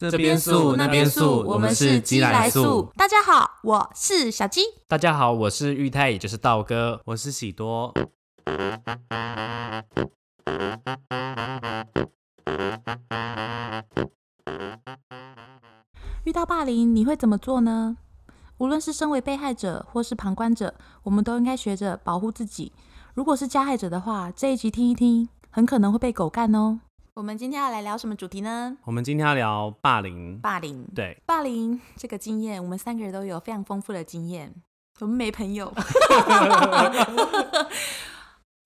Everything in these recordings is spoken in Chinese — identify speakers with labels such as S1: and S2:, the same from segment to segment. S1: 这
S2: 这边素那边素，我们是鸡来素。。
S3: 大家好，我是小鸡。
S2: 大家好，我是玉泰，也就是道哥。
S1: 我是喜多。
S3: 遇到霸凌，你会怎么做呢？无论是身为被害者或是旁观者，我们都应该学着保护自己。如果是加害者的话，这一集听一听，很可能会被狗干哦。我们今天要来聊什么主题呢？
S1: 我们今天要聊霸凌，
S3: 霸凌。
S1: 对，
S3: 霸凌这个经验，我们三个人都有非常丰富的经验。我们没朋友。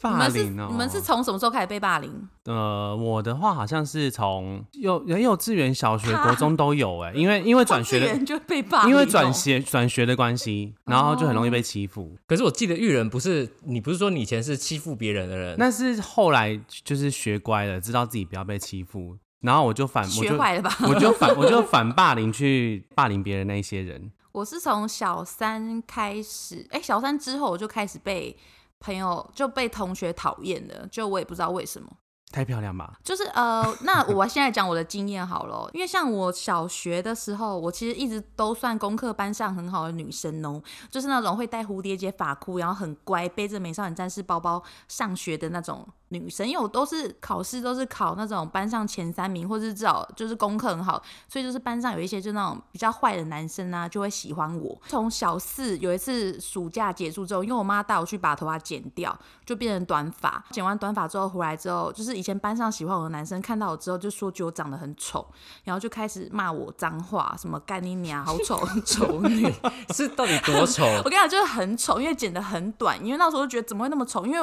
S1: 霸凌
S3: 你们
S1: 哦、
S3: 是你们是从什么时候开始被霸凌？
S1: 呃，我的话好像是从幼幼稚园、小学、
S3: 他
S1: 国中都有哎、因为因为转学
S3: 幼稚
S1: 的
S3: 园，就被霸凌哦，
S1: 因为转学转学的关系，然后就很容易被欺负。
S3: 哦
S2: 可是我记得玉人不是你，不是说你以前是欺负别人的人？
S1: 那是后来就是学乖了，知道自己不要被欺负，然后我就反啊我
S3: 学
S1: 就
S3: 坏了吧？
S1: 我就反我就反霸凌去霸凌别人那一些人。
S3: 我是从小三开始，哎、小三之后我就开始被朋友就被同学讨厌了，就我也不知道为什么。
S1: 太漂亮吧？
S3: 就是呃，那我现在讲我的经验好了哦，因为像我小学的时候，我其实一直都算功课班上很好的女生哦，就是那种会戴蝴蝶结发箍，然后很乖，背着美少女战士包包上学的那种女生。因为我都是考试都是考那种班上前三名，或是至少就是功课很好，所以就是班上有一些就那种比较坏的男生啊，就会喜欢我。从小四有一次暑假结束之后，因为我妈带我去把头发剪掉，就变成短发。剪完短发之后回来之后，就是以前班上喜欢我的男生看到我之后就说觉得我长得很丑，然后就开始骂我脏话，什么干你娘，好丑丑女。
S2: 是到底多丑？
S3: 我跟你讲，就是很丑，因为剪得很短，因为那时候就觉得怎么会那么丑，因为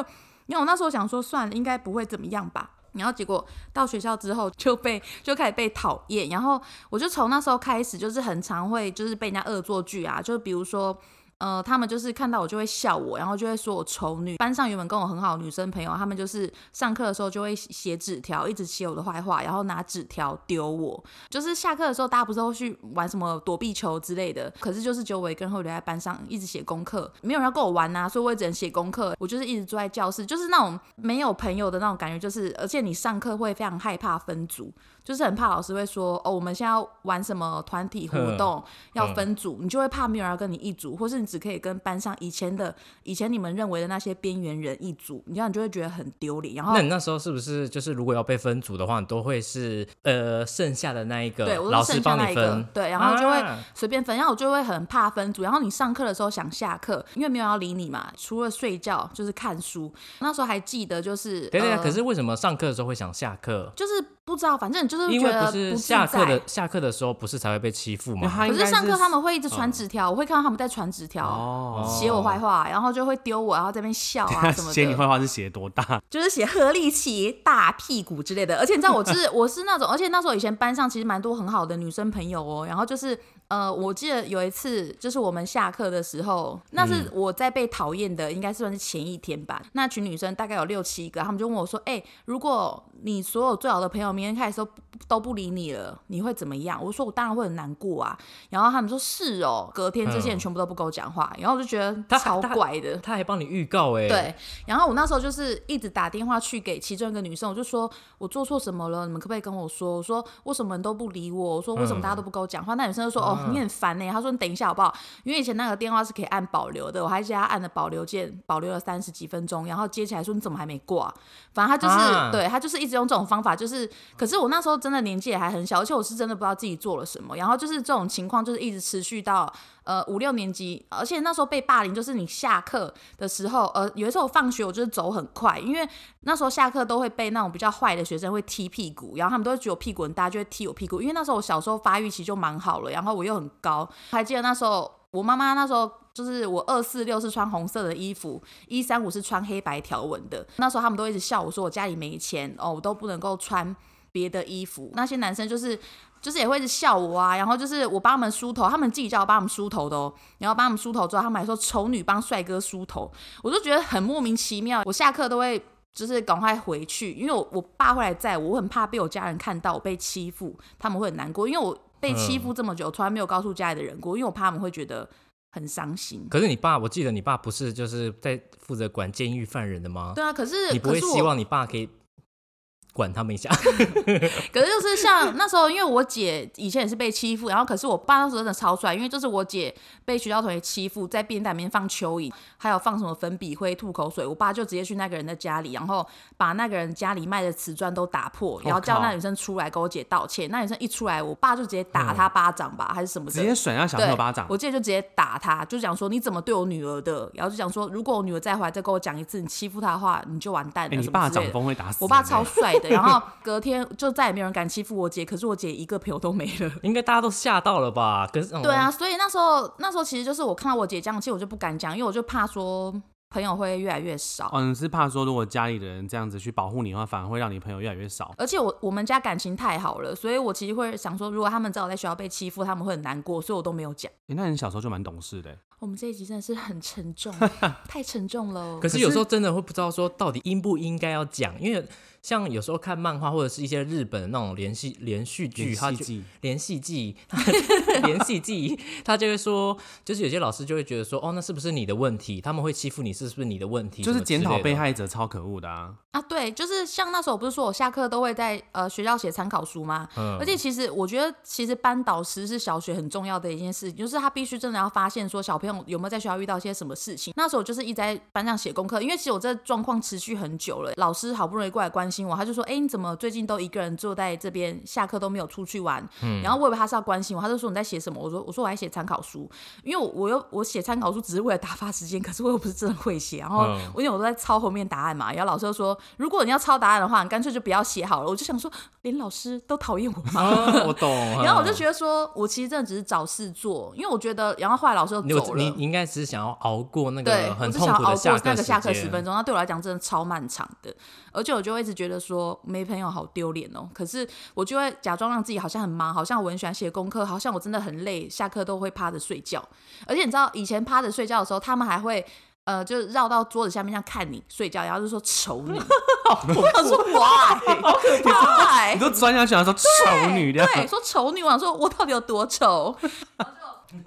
S3: 因为我那时候想说算了，应该不会怎么样吧。然后结果到学校之后就被就开始被讨厌，然后我就从那时候开始就是很常会就是被人家恶作剧啊，就比如说。呃，他们就是看到我就会笑我，然后就会说我丑女。班上原本跟我很好的女生朋友，她们就是上课的时候就会写纸条，一直写我的坏话，然后拿纸条丢我。就是下课的时候，大家不是都去玩什么躲避球之类的，可是就是只有我一个人会留在班上，一直写功课，没有人要跟我玩啊呐、所以我也只能写功课。我就是一直坐在教室，就是那种没有朋友的那种感觉，就是而且你上课会非常害怕分组，就是很怕老师会说哦，我们现在要玩什么团体活动，要分组，你就会怕没有人要跟你一组，或是你只可以跟班上以前的以前你们认为的那些边缘人一组，你这样你就会觉得很丢脸，然后
S2: 那你那时候是不是就是如果要被分组的话，你都会是呃剩下的那一个，
S3: 对，我
S2: 老师
S3: 是剩下
S2: 帮
S3: 那
S2: 你
S3: 一个
S2: 分，，
S3: 对，然后就会
S2: 啊
S3: 随便分，然后我就会很怕分组。然后你上课的时候想下课，因为没有人要理你嘛，除了睡觉就是看书。那时候还记得就是，
S2: 对对对。
S3: 呃
S2: 可是为什么上课的时候会想下课？
S3: 就是不知道，反正就是
S2: 因
S3: 觉
S2: 为
S3: 得
S2: 不是
S3: 自
S2: 下课
S3: 在
S2: 的下课的时候不是才会被欺负
S1: 因为
S2: 吗？
S3: 可
S1: 他应
S3: 是
S1: 该是
S3: 上课他们会一直传纸
S2: 哦
S3: 条，我会看到他们在传纸条，
S1: 哦，
S3: 写我坏话，然后就会丢我，然后在那边笑
S2: 哦
S3: 啊 什么的。
S1: 写你坏话是写多大？
S3: 就是写何立奇大屁股之类的。而且你知道，我就是我是那种，而且那时候以前班上其实蛮多很好的女生朋友哦。然后就是呃，我记得有一次，就是我们下课的时候，那是
S2: 嗯
S3: 我在被讨厌的，应该算是前一天吧。那群女生大概有六七个，她们就问我说：“哎、如果你所有最好的朋友明天开始都不都不理你了，你会怎么样？”我说：“我当然会很难过啊。”然后她们说：“是哦。”隔天这些人
S2: 嗯
S3: 全部都不跟我讲话，然后我就觉得
S2: 他
S3: 超
S2: 他
S3: 怪的。
S2: 他还帮你预告哎、
S3: 对，然后我那时候就是一直打电话去给其中一个女生，我就说我做错什么了，你们可不可以跟我说？我说为什么你都不理我？我说为什么大家都不跟我讲话？那女生就说哦，你很烦呢、她说你等一下好不好？因为以前那个电话是可以按保留的，我还记得她按了保留键，保留了三十几分钟，然后接起来说你怎么还没挂？反正她就是、
S2: 啊
S3: 对她就是一直用这种方法，就是可是我那时候真的年纪也还很小，而且我是真的不知道自己做了什么，然后就是这种情况就是一直持续到呃五六年级，而且那时候被霸凌，就是你下课的时候，呃，有一次我放学我就是走很快，因为那时候下课都会被那种比较坏的学生会踢屁股，然后他们都会觉得我屁股很大，就会踢我屁股。因为那时候我小时候发育期就蛮好了，然后我又很高，还记得那时候我妈妈那时候。就是我二四六是穿红色的衣服，一三五是穿黑白条纹的。那时候他们都一直笑我说我家里没钱哦，我都不能够穿别的衣服。那些男生就是就是也会一直笑我啊，然后就是我帮他们梳头，他们自己叫我帮他们梳头的哦，然后帮他们梳头之后，他们还说丑女帮帅哥梳头，我就觉得很莫名其妙。我下课都会就是赶快回去，因为我我爸会来载我，我很怕被我家人看到我被欺负，他们会很难过，因为我被欺负这么久，从来没有告诉家里的人过，因为我怕他们会觉得很伤心。
S2: 可是你爸，我记得你爸不是就是在负责管监狱犯人的吗？
S3: 对啊，可是
S2: 你不会
S3: 可是我
S2: 希望你爸可以管他们一下。
S3: 可是就是像那时候，因为我姐以前也是被欺负，然后可是我爸那时候真的超帅，因为就是我姐被学校同学欺负，在便当里面放蚯蚓，还有放什么粉笔灰、吐口水，我爸就直接去那个人的家里，然后把那个人家里卖的瓷砖都打破，然后叫那女生出来跟我姐道歉。那女生一出来，我爸就直接打她巴掌吧，还是什么的，
S1: 直接甩下小朋友巴掌
S3: 对我，记得就直接打他，就讲说你怎么对我女儿的，然后就讲说如果我女儿再回来再跟我讲一次你欺负她的话，你就完蛋了。
S1: 哎，你
S3: 什么
S1: 爸
S3: 之类
S1: 掌
S3: 的
S1: 风会打死欸
S3: 我爸
S1: 人的
S3: 超帅的，然 后隔天就再也没有人敢欺负我姐，可是我姐一个朋友都没 了。
S2: 应该大家都吓到了吧？可是、嗯
S3: 对啊，，
S1: 哦
S3: 所以那时候那时候其实就是我看到我姐这样，其实我就不敢讲，因为我就怕说朋友会越来越少。
S1: 哦，你是怕说如果家里的人这样子去保护你的话，反而会让你朋友越来越少。
S3: 而且我我们家感情太好了，所以我其实会想说，如果他们知道我在学校被欺负，他们会很难过，所以我都没有讲。哦
S1: 诶那你小时候就蛮懂事的欸，
S3: 我们这一集真的是很沉 重，太沉重了。
S2: 可是有时候真的会不知道说到底应不应该要讲，因为像有时候看漫画或者是一些日本的那种连续连续剧，
S1: 演
S2: 它
S1: 戏
S2: 就
S1: 剧
S2: 连戏剧， 连戏剧， 他就会说，就是有些老师就会觉得说，哦，那是不是你的问题？他们会欺负你，是不是你的问题？
S1: 就是检讨被
S2: 害。
S1: 害者 超可恶的啊！
S3: 啊，对，就是像那时候我不是说我下课都会在呃学校写参考书吗？
S2: 嗯
S3: 而且其实我觉得，其实班导师是小学很重要的一件事情，就是他必须真的要发现说小朋友有没有在学校遇到一些什么事情。那时候我就是一直在班上写功课，因为其实我这状况持续很久了，老师好不容易过来关心我，他就说：“哎，你怎么最近都一个人坐在这边，下课都没有出去玩？”然后我以为他是要关心我，他就说：“你在写什么？”我说：“我说我在写参考书，因为我我又我写参考书只是为了打发时间，可是我又不是真的会写。”然后
S2: 嗯
S3: 我因为我都在抄后面答案嘛，然后老师就说：“如果你要抄答案的话，你干脆就不要写好了。”我就想说，连老师都讨厌我吗？
S2: 啊，我懂。
S3: 然后我就觉得说，我其实真的只是找事做，因为我觉得，然后后来老师就
S2: 你
S3: 走
S2: 有你
S3: 了。
S2: 你应该只是想要熬过那
S3: 对
S2: 个，
S3: 我
S2: 很
S3: 只
S2: 痛
S3: 想
S2: 苦
S3: 熬
S2: 的
S3: 过那个
S2: 课
S3: 下课
S2: 时
S3: 十
S2: 间
S3: 分钟，那对我来讲真的超漫长的，而且我就会一直觉得说没朋友好丢脸哦。可是我就会假装让自己好像很忙，好像我很喜欢写功课，好像我真的很累，下课都会趴着睡觉。而且你知道，以前趴着睡觉的时候，他们还会呃，就是绕到桌子下面这样看你睡觉，然后就说丑 你，我 想说 why 好可怕
S1: 你都钻下去了，说丑女这样，
S3: 哎对，说丑女，我想说我到底有多丑？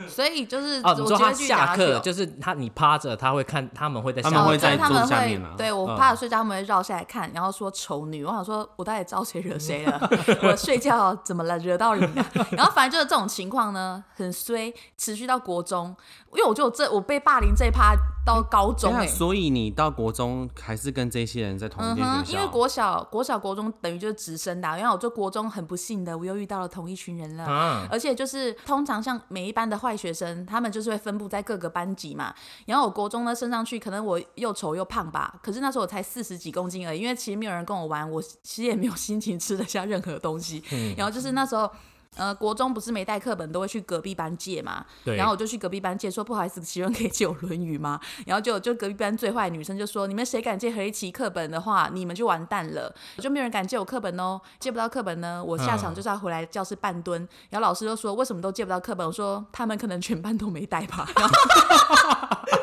S3: 所以就是，
S2: 哦，
S3: 我
S2: 你
S3: 觉
S2: 说
S3: 得
S2: 他
S3: 去讲
S2: 下
S3: 下
S2: 课
S3: 去哦
S2: 就是他，你趴着，他会看，他们会在下
S1: 他
S2: 课，
S1: 们会
S3: 就是哦
S1: 在
S3: 他
S1: 桌
S3: 们
S1: 子下
S3: 会
S1: 面啊
S3: 对我
S1: 嗯
S3: 趴着睡觉，他们会绕下来看，然后说丑女。我想说，我到底招谁惹谁了？ 我睡觉怎么了？惹到你了？ 然后反正就是这种情况呢，很衰，持续到国中，因为我就这我被霸凌这一趴到高中
S1: 等
S3: 哎、
S1: 一下啊所以你到国中还是跟这些人在同一
S3: 嗯
S1: 间
S3: 哼，
S1: 学
S3: 因为
S1: 校？
S3: 国小、国小、国中等于就是直升的啊、然后我就国中很不幸的，我又遇到了同一群人了。
S1: 嗯
S2: 啊，
S3: 而且就是通常像每一班的坏学生，他们就是会分布在各个班级嘛。然后我国中呢升上去，可能我又丑又胖吧，可是那时候我才四十几公斤而已，因为其实没有人跟我玩，我 其实也没有心情吃得下任何东西。然后就是那时候。呃，国中不是没带课本都会去隔壁班借嘛，
S2: 对
S3: 然后我就去隔壁班借，说不好意思，请问可以借我《论语》吗？ 然后就就隔壁班最坏的女生就说，你们谁敢借何一奇课本的话，你们就完蛋了，就没有人敢借我课本哦，借不到课本呢，我下场
S2: 嗯
S3: 就是要回来教室半蹲。然后老师就说，为什么都借不到课本？我说他们可能全班都没带吧。 然后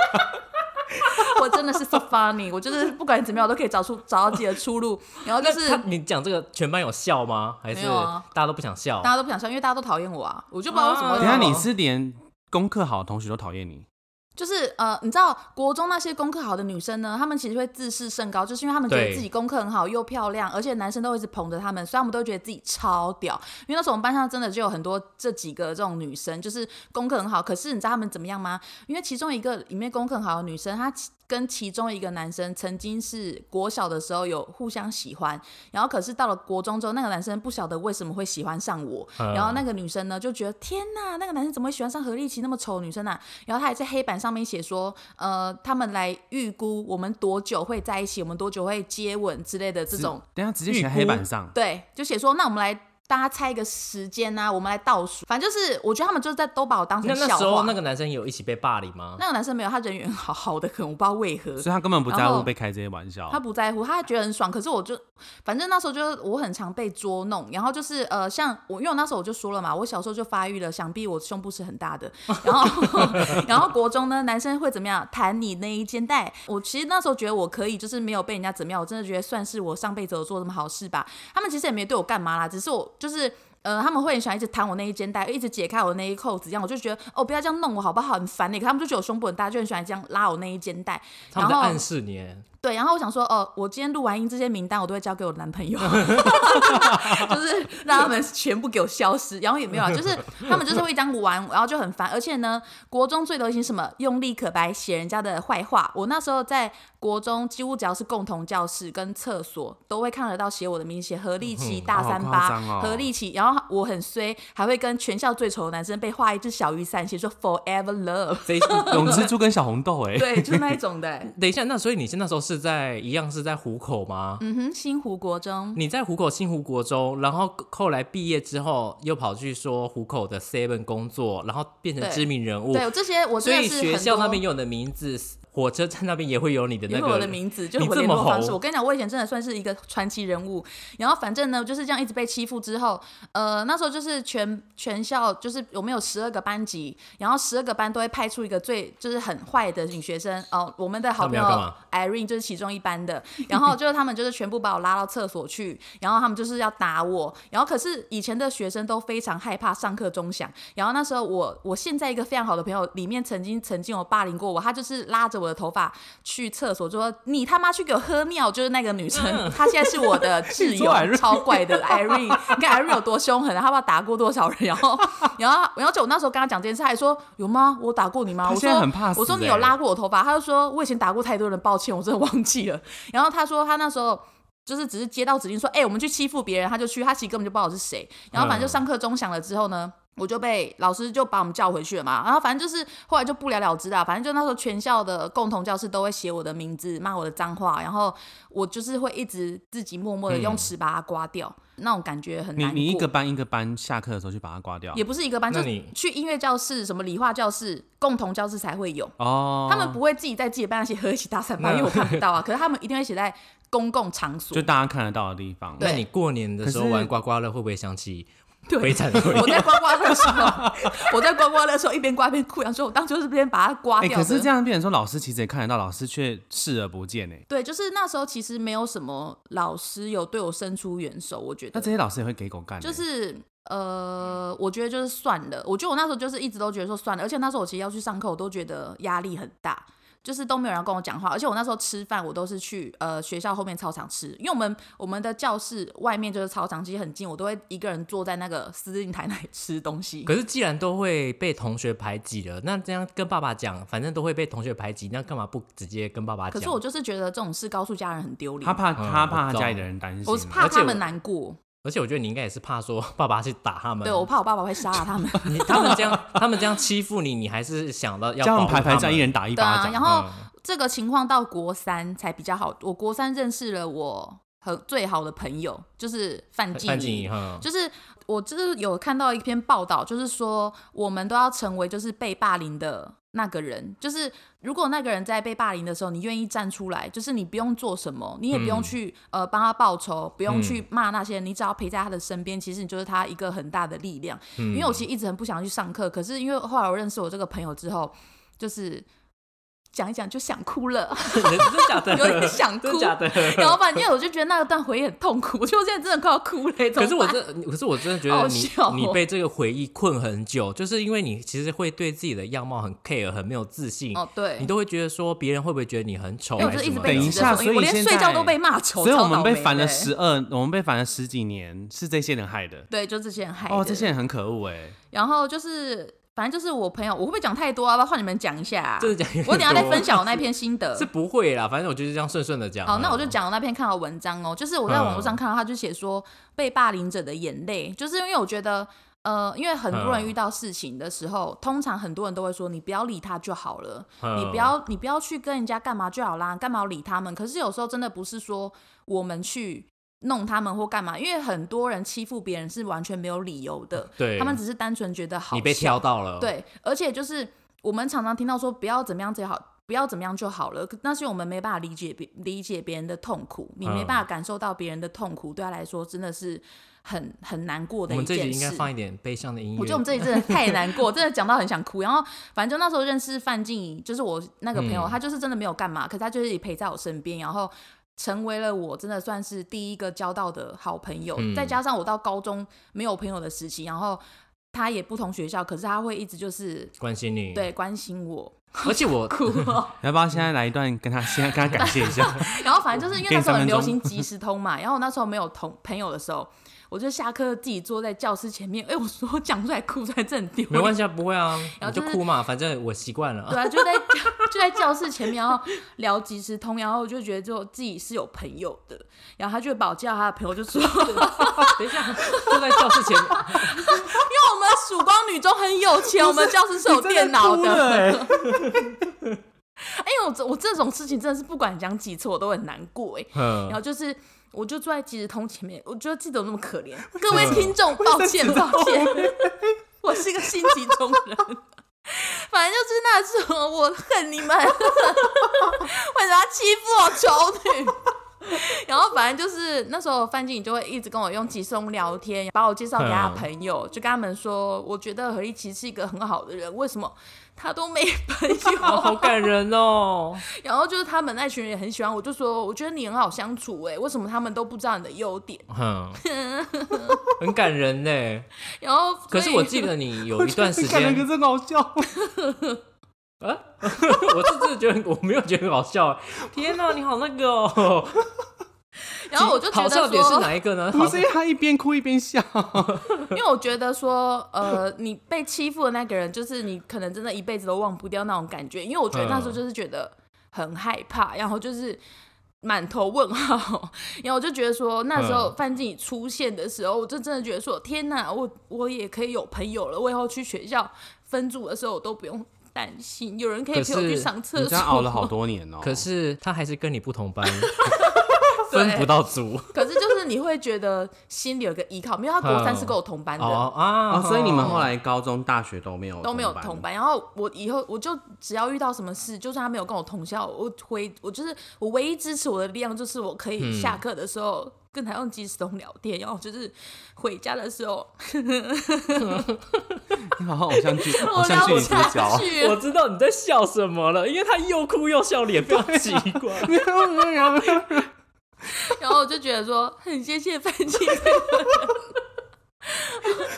S3: 我真的是 so funny，我就是不管怎么样，我都可以找出找到自己的出路。然后就是
S2: 他你讲这个全班有笑吗？还是
S3: 没有啊
S2: 大家都不想笑
S3: 大？家都不想笑，因为大家都讨厌我啊，我就不知道为什么。
S2: 啊
S1: 等一下你是连功课好的同学都讨厌你，
S3: 就是呃，你知道国中那些功课好的女生呢，她们其实会自视甚高，就是因为她们觉得
S2: 对
S3: 自己功课很好又漂亮，而且男生都会一直捧着她们，所以她们都会觉得自己超屌。因为那时候我们班上真的就有很多这几个这种女生，就是功课很好，可是你知道她们怎么样吗？因为其中一个里面功课很好的女生，她其跟其中一个男生曾经是国小的时候有互相喜欢，然后可是到了国中之后，那个男生不晓得为什么会喜欢上我，
S2: 嗯
S3: 然后那个女生呢就觉得天呐，那个男生怎么会喜欢上何立奇那么丑的女生啊？然后他还在黑板上面写说，呃，他们来预估我们多久会在一起，我们多久会接吻之类的这
S1: 直
S3: 种，
S1: 等一下直接写在
S2: 预估
S1: 黑板上，
S3: 对，就写说那我们来。大家猜一个时间啊，我们来倒数。反正就是，我觉得他们就是在都把我当
S2: 那
S3: 成
S2: 那
S3: 笑
S2: 时候
S3: 话。
S2: 那个男生有一起被霸凌吗？
S3: 那个男生没有，他人缘好好的很，我不知道为何。
S1: 所以他根本不在
S3: 然
S1: 乎
S3: 后
S1: 被开这些玩笑
S3: 他。不在乎，他觉得很爽。可是我就，反正那时候就是我很常被捉弄，然后就是呃，像我，因为我那时候我就说了嘛，我小时候就发育了，想必我胸部是很大的。然后， 然后国中呢，男生会怎么样弹你那一肩带？我其实那时候觉得我可以，就是没有被人家怎么样，我真的觉得算是我上辈子有做什么好事吧。他们其实也没对我干嘛啦，只是我就是。呃，他们会很喜欢一直弹我那一肩带，一直解开我那一扣子，这样我就觉得哦，不要这欸样弄我好不好？很烦你、可他们就觉得我胸部很大，就很喜欢这样拉我那一肩带。
S2: 他们在
S3: 然后
S2: 暗示你耶，
S3: 对，然后我想说，哦，我今天录完音这些名单，我都会交给我男 朋友，就是让他们全部给我消失。然后也没有啊，就是他们就是会这样玩，然后就很烦。而且呢，国中最流行什么用力可白写人家的坏话。我那时候在国中，几乎只要是共同教室跟厕所，都会看得到写我的名字，写何立奇大
S1: 嗯好
S3: 三
S1: 夸
S3: 八
S1: 张、哦
S3: 何立奇。然后我很衰，还会跟全校最丑的男生被画一只小雨伞，写说 Forever Love。
S2: 这一
S1: 永蜘蛛跟小红豆哎、
S3: 对，就那一种的、欸
S2: 等一下，那所以你是那时候是在一样是在虎口吗？
S3: 嗯哼，新湖国中。
S2: 你在虎口新湖国中，然后后来毕业之后又跑去说虎口的 Seven 工作，然后变成
S3: 对
S2: 知名人物，
S3: 对，这些我
S2: 所
S3: 真的
S2: 以
S3: 是
S2: 学
S3: 很
S2: 校
S3: 多
S2: 那边有你的名字，火车站那边也会有你的
S3: 因
S2: 那
S3: 为
S2: 个
S3: 我的名字，就是
S2: 你
S3: 我
S2: 这
S3: 联
S2: 么
S3: 络方式。
S2: 红
S3: 我跟你讲，我以前真的算是一个传奇人物。然后反正呢，就是这样一直被欺负之后，呃，那时候就是全全校就是我们有十二个班级，然后十二个班都会派出一个最就是很坏的女学生哦，我们的
S2: 他
S3: 好朋
S2: 们要干
S3: 友
S2: 嘛
S3: Irene 就是其中一班的。然后就是他们就是全部把我拉到厕所去，然后他们就是要打我。然后可是以前的学生都非常害怕上课钟响。然后那时候我我现在一个非常好的朋友，里面曾经曾经有霸凌过我，他就是拉着我的头发去厕所，就说你他妈去给我喝尿，就是那个女生，她现在是我的挚
S1: 嗯 你说 Irene
S3: 友，超怪的 Irene。你看 Irene 有多凶狠，她不知道打过多少人。然后然后然后就我那时候跟她讲这件事，她还说有吗？我打过你吗？
S1: 她
S3: 我
S1: 现
S3: 说
S1: 在很怕死
S3: 我说你
S1: 欸
S3: 有拉过我头发，她就说我以前打过太多人，抱歉，我真的忘记了。然后她说她那时候。就是只是接到指令说，哎、我们去欺负别人，他就去，他其实根本就不知道我是谁。然后反正
S1: 嗯
S3: 就上课钟响了之后呢，我就被老师就把我们叫回去了嘛。然后反正就是后来就不了了之啦。反正就那时候全校的共同教室都会写我的名字，骂我的脏话，然后我就是会一直自己默默的用尺把它刮掉，那种感觉很
S1: 嗯你
S3: 难
S1: 你一
S3: 过
S1: 个班一个班下课的时候去把它刮掉
S3: 也不是一个班，就
S2: 那你
S3: 去音乐教室、什么理化教室、共同教室才会有。
S1: 哦，
S3: 他们不会自己在自己的班上写“和一起大三班”，因为我看不到啊。可是他们一定会写在公共场所
S1: 就。大家看得到的地方。
S2: 那
S3: 对
S2: 你过年的时候
S1: 可是
S2: 玩刮刮乐会不会想起
S3: 对
S2: 悲惨的回
S3: 我
S2: 忆？
S3: 在刮刮乐的时候，我在刮刮乐的时候一边刮一边哭，想说我当初是不是边把它刮
S1: 哎、
S3: 掉
S1: 可
S3: 的。
S1: 是这样变成说老师其实也看得到，老师却视而不见哎、
S3: 对，就是那时候其实没有什么老师有对我伸出援手，我觉
S1: 那
S3: 得
S1: 这些老师也会给狗干欸、
S3: 就是呃，我觉得就是算了。我觉得我那时候就是一直都觉得说算了，而且那时候我其实要去上课，我都觉得压力很大。就是都没有人跟我讲话，而且我那时候吃饭，我都是去呃学校后面操场吃，因为我们我们的教室外面就是操场，其实很近，我都会一个人坐在那个司令台那里吃东西。
S2: 可是既然都会被同学排挤了，那这样跟爸爸讲，反正都会被同学排挤，那干嘛不直接跟爸爸
S3: 可
S2: 讲？
S3: 是我就是觉得这种事告诉家人很丢脸，
S1: 他怕他
S2: 嗯我
S1: 怕他
S2: 懂
S1: 家里的人担心啊，
S3: 我是怕
S2: 而且
S3: 他
S2: 我
S3: 们难过，
S2: 而且我觉得你应该也是怕说 爸爸去打他们，
S3: 对我怕我爸爸会杀了他们。
S2: 你他们这样他们这样欺负你，你还是想到要
S1: 这样
S2: 保护
S1: 排排
S2: 他
S1: 站，
S2: 们
S1: 一人打一
S3: 对
S1: 巴
S3: 啊，
S1: 掌。
S3: 然后
S2: 嗯
S3: 这个情况到国三才比较好。我国三认识了我很最好的朋友，就是范
S2: 范
S3: 静
S2: 静怡
S3: 怡。
S2: 哈，
S3: 就是我就是有看到一篇报道，就是说我们都要成为就是被霸凌的那个人。就是如果那个人在被霸凌的时候，你愿意站出来，就是你不用做什么，你也不用去、呃帮他报仇，不用去骂那些人，你只要陪在他的身边，其实你就是他一个很大的力量。因为我其实一直很不想去上课，可是因为后来我认识我这个朋友之后，就是讲一讲就想哭了，
S2: 真的假的？
S3: 有点想哭
S2: 真的假的？
S3: 然后反正我就觉得那段回忆很痛苦，我就现在真的快要哭了。怎
S2: 可
S3: 么
S2: 是我
S3: 办
S2: 真，可是我真的觉
S3: 好
S2: 得你
S3: 笑哦
S2: 你被这个回忆困很久，就是因为你其实会对自己的样貌很 care，很没有自信，
S3: 哦对哎
S2: 你，都会觉得说别人会不会觉得你很丑
S3: 因为我
S2: 还
S3: 就是是
S2: 什
S3: 一直
S2: 么
S3: 被
S1: 哦等
S3: 指
S2: 的？
S1: 一
S3: 责
S1: 下
S3: 说
S1: 所以
S3: 我连
S1: 现
S3: 睡觉
S1: 在
S3: 都被骂丑，
S1: 所以我
S3: 超
S1: 们
S3: 倒
S1: 被
S3: 霉
S1: 烦了
S3: 的
S1: 十二，我们被烦了十几年，是这些人害的。
S3: 对，就这些人害的。
S1: 哦，这些人很可恶哎、
S3: 然后就是反正就是我朋友，我会不会讲太多啊？要不要换你们讲一下、啊？
S2: 这个讲有点
S3: 我等一下再
S2: 多
S3: 分享我那篇心得
S2: 是。不会啦，反正我就是这样顺顺的讲啊。
S3: 好，那我
S1: 嗯
S3: 就讲我那篇看到的文章哦，就是我在网络上看到，他就写说被霸凌者的眼泪，就是因为我觉得。呃，因为很多人
S2: 嗯
S3: 遇到事情的时候，通常很多人都会说你不要理他就好了，
S2: 嗯
S3: 你不要你不要去跟人家干嘛就好啦，干嘛要理他们？可是有时候真的不是说我们去弄他们或干嘛，因为很多人欺负别人是完全没有理由的，
S2: 嗯对
S3: 他们只是单纯觉得好
S2: 你被挑
S3: 笑
S2: 到了，，
S3: 对，而且就是我们常常听到说不要怎么样最好，不要怎么样就好了，可那是我们没办法理解别理解别人的痛苦，你没
S2: 嗯
S3: 办法感受到别人的痛苦，对他来说真的是很很难过的
S2: 我
S3: 一
S2: 们这集
S3: 件
S2: 应该
S3: 事。
S2: 放一点悲伤的音乐。
S3: 我觉得我们这里真的太难 过，真的讲到很想哭。然后反正就那时候认识范静怡，就是我那个朋友，
S2: 嗯
S3: 她就是真的没有干嘛，可是她就是陪在我身边，然后成为了我真的算是第一个交到的好朋友。
S2: 嗯
S3: 再加上我到高中没有朋友的时期，然后。他也不同学校，可是他会一直就是
S2: 关心你。，
S3: 对关心 我，
S2: 而且哎 我
S3: 哭哦。
S1: 要不要现在来一段跟他现在跟他感谢一 下？
S3: 然后反正就是因为
S1: 给
S3: 那
S1: 你
S3: 时候很
S1: 三分
S3: 流
S1: 钟
S3: 行即时通
S2: 嗯
S3: 嘛，然后我那时候没有同朋友的时候，我就下课自己坐在教室前面，哎，我说讲出来哭出来真的很丢
S2: 没
S3: 脸。
S2: 关系啊，不会啊，
S3: 然
S2: 你
S3: 后就
S2: 就是哭嘛，反正我习惯了
S3: 对。啊，就在就在教室前面，然后聊即时通，然后我就觉得就自己是有朋友的，然后他就把我介绍他的朋友，就说 因为
S2: 啊 等一下，就在教 室前面，
S3: 我们曙光女中很有钱，我们教室是有电脑
S1: 你真
S3: 的。
S1: 的哭了欸
S3: 哎，我这我这种事情真的是不管讲几次我都很难过哎。 然
S2: 嗯，
S3: 后就是，我就坐在即时通前面，我就记得我那么可怜。各位听众，抱歉，抱歉， 我是一个性急中人。反正就是那时候，我恨你们， 为什么要欺负我丑女？然后反正就是那时候范经理就会一直跟我用即时通聊天，把我介绍给他的朋友，就跟他们说，我觉得何一奇是一个很好的人，为什么他都没朋友？
S2: 好感人哦。
S3: 然后就是他们那群人也很喜欢我，就说我觉得你很好相处、欸，哎，为什么他们都不知道你的优点？
S2: 哼，很感人 呢。
S3: 然后所以，
S2: 可是我记 得你有一段时
S1: 感人
S2: 间
S1: 可，真好笑。
S2: 我是真的觉得我没有觉得很好笑。天哪，你好那个哦！
S3: 然后我就觉
S2: 好
S3: 得
S2: 笑点是
S3: 说，
S2: 哪一个呢？
S1: 不
S2: 好
S1: 是因为他一边哭一边笑，
S3: 因为我觉得说，呃，你被欺负的那个人，就是你可能真的一辈子都忘不掉那种感觉。因为我觉得那时候就是觉得很害怕，然后就是。满头问号， 然后我就觉得说，那时
S2: 嗯
S3: 候范进出现的时候，我就真的觉得说，天哪，我我也可以有朋友了，我以后去学校分组的时候，我都不用担心，有人可以
S2: 可
S3: 陪我去
S2: 是
S3: 上厕
S1: 你
S3: 所。
S1: 这样熬了好多年哦。
S2: 可是他还是跟你不同 班，分不到组。
S3: 可是就是你会觉得心里有个依靠，因为他国
S2: 嗯
S3: 三是跟我同班的，
S2: 哦啊、
S1: 哦，所以你们后来高中、大学都没有
S3: 都没有
S1: 班
S3: 同班。然后我以后我就只要遇到什么事，就算他没有跟我同校，我回我就是我唯一支持我的力量就是我可以下课的时候。跟他用即时通聊天，然后就是回家的时候，
S1: 你好，偶像剧，偶
S3: 我聊
S1: 像剧
S3: 不
S1: 女主
S3: 下
S1: 角哦。
S3: 去
S2: 我
S3: 了。
S2: 知道你在笑什么了，因为他又哭又笑， 脸非常奇 怪。
S3: 然后我就觉得说， 很谢谢范进这个人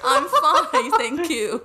S3: ，I'm fine, thank you,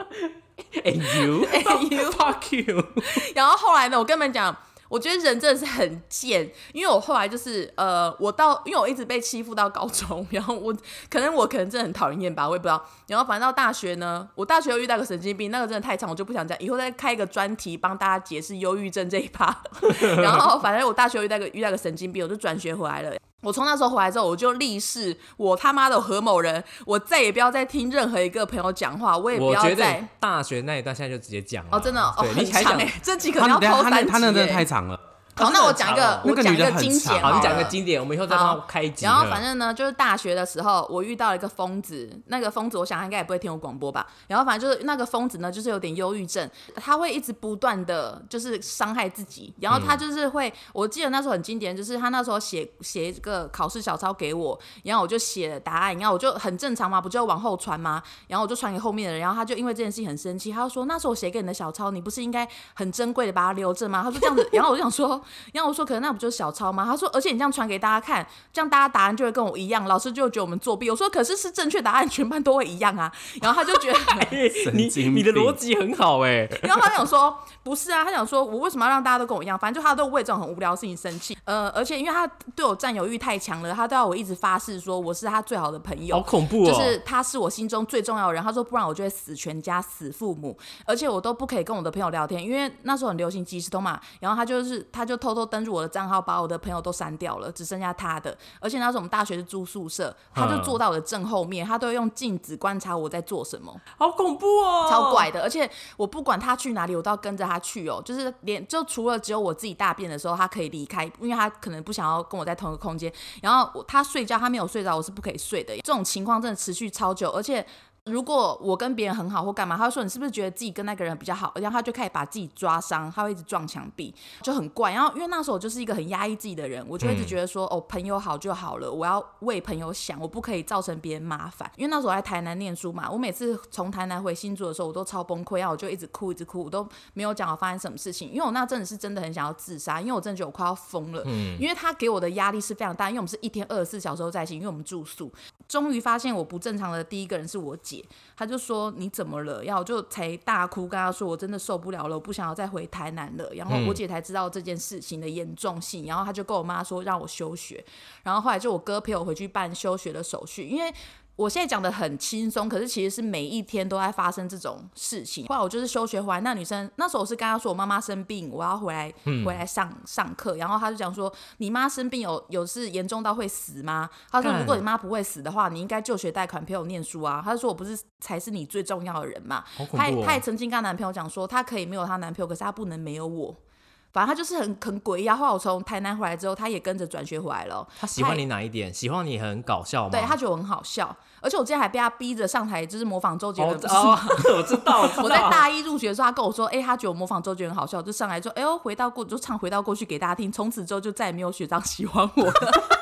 S2: And you,
S3: and you.
S2: fuck you。
S3: 然后后来呢，我跟你们讲，我觉得人真的是很贱，因为我后来就是呃，我到因为我一直被欺负到高中，然后我可能我可能真的很讨人厌吧，我也不知道。然后反正到大学呢，我大学又遇到个神经病，那个真的太长，我就不想讲，以后再开一个专题帮大家解释忧郁症这一趴。 然后反正我大学遇到个遇到个神经病，我就转学回来了。我从那时候回来之后，我就立誓，我他妈的何某人，我再也不要再听任何一个朋友讲话，我也不
S2: 我
S3: 要
S2: 觉得
S3: 再
S2: 你大学那一段现在就直接讲了
S3: 哦，真的哦，哦
S2: 对，
S3: 很
S2: 你还
S3: 长
S2: 讲
S3: 哎、这集可
S1: 他
S3: 能要
S1: 那
S3: 抛
S1: 他那
S3: 三集、
S1: 他那真的
S3: 哎
S1: 太长了。
S3: 好，那我讲一个，
S1: 那
S3: 我
S1: 个
S3: 讲一
S1: 女的
S3: 个
S1: 很
S3: 经典
S1: 长
S3: 了，
S2: 好，你讲个经典，我们以后再帮他开集。
S3: 然后反正呢，就是大学的时候，我遇到一个疯子，那个疯子我想他应该也不会听我广播吧。然后反正就是那个疯子呢，就是有点忧郁症，他会一直不断的就是伤害自己。然后他就是会，我记得那时候很经典，就是他那时候写写一个考试小抄给我，然后我就写了答案，然后我就很正常嘛，不就往后传吗？然后我就传给后面的人，然后他就因为这件事情很生气，他就说那时候我写给你的小抄，你不是应该很珍贵的把它留着吗？他说这样子， 然后我就想说，然后我说可能那不就是小抄吗？他说而且你这样传给大家看，这样大家答案就会跟我一样，老师就会觉得我们作弊。我说可是是正确答案，全班都会一样啊。然后他就觉得。
S2: 正你
S1: 神经病
S2: 你的逻辑很好哎、
S1: 欸
S3: 然后他想说，不是啊，他想说我为什么要让大家都跟我一样？反正就他都为这种很无聊的事情生气。呃，而且因为他对我占有欲太强了，他都要我一直发誓说我是他最好的朋友
S2: 好。恐怖哦！
S3: 就是他是我心中最重要的人，他说不然我就会死全家死父母，而且我都不可以跟我的朋友聊天，因为那时候很流行即时通嘛，然后他就是他就偷偷登入我的账号，把我的朋友都删掉了，只剩下他的，而且那时候我们大学是住宿舍，他就坐到我的正后面，他都会用镜子观察我在做什么，
S2: 好恐怖哦，
S3: 超怪的，而且我不管他去哪里，我都要跟着他去哦。就是连就除了只有我自己大便的时候，他可以离开，因为他可能不想要跟我在同一个空间。然后我他睡觉，他没有睡着，我是不可以睡的。这种情况真的持续超久，而且。如果我跟别人很好或干嘛，他会说你是不是觉得自己跟那个人比较好，然后他就开始把自己抓伤，他会一直撞墙壁，就很怪。然后因为那时候我就是一个很压抑自己的人，我就一直觉得说、哦，朋友好就好了，我要为朋友想，我不可以造成别人麻烦。因为那时候我在台南念书嘛，我每次从台南回新竹的时候，我都超崩溃，然后我就一直哭，一直哭，我都没有讲我发生什么事情，因为我那阵子是真的很想要自杀，因为我真的觉得我快要疯了，因为他给我的压力是非常大，因为我们是一天二十四小时都在一起，因为我们住宿，终于发现我不正常的第一个人是我姐，姐，她就说你怎么了？然后我就才大哭，跟她说我真的受不了了，我不想要再回台南了。然后我姐才知道这件事情的严重性，然后她就跟我妈说让我休学。然后后来就我哥陪我回去办休学的手续，因为。我现在讲的很轻松，可是其实是每一天都在发生这种事情。后来我就是休学回来，那女生那时候我是跟她说我妈妈生病，我要回来
S2: 嗯
S3: 回来上上课，然后她就讲说你妈生病有有是严重到会死吗？她说
S2: 干
S3: 如果你妈不会死的话，你应该就学贷款陪我念书啊。她就说我不是才是你最重要的人嘛。
S2: 好恐
S3: 她
S2: 怖、
S3: 也
S2: 哦！
S3: 她也曾经跟她男朋友讲说，她可以没有她男朋友，可是她不能没有我。反正她就是很很诡异啊。后来我从台南回来之后，她也跟着转学回来了。
S2: 他喜欢你哪一点？喜欢你很搞笑吗？
S3: 对他觉得我很好笑，而且我之前还被他逼着上台，就是模仿周杰
S2: 哦
S3: 伦。不是
S2: 哦
S3: 吗，
S2: 我知道，我知道。
S3: 我在大一入学的时候，他跟我说：“哎、他觉得我模仿周杰伦好笑。”就上来说：“哎呦，回到过就唱回到过去给大家听。”从此之后就再也没有学长喜欢 我了。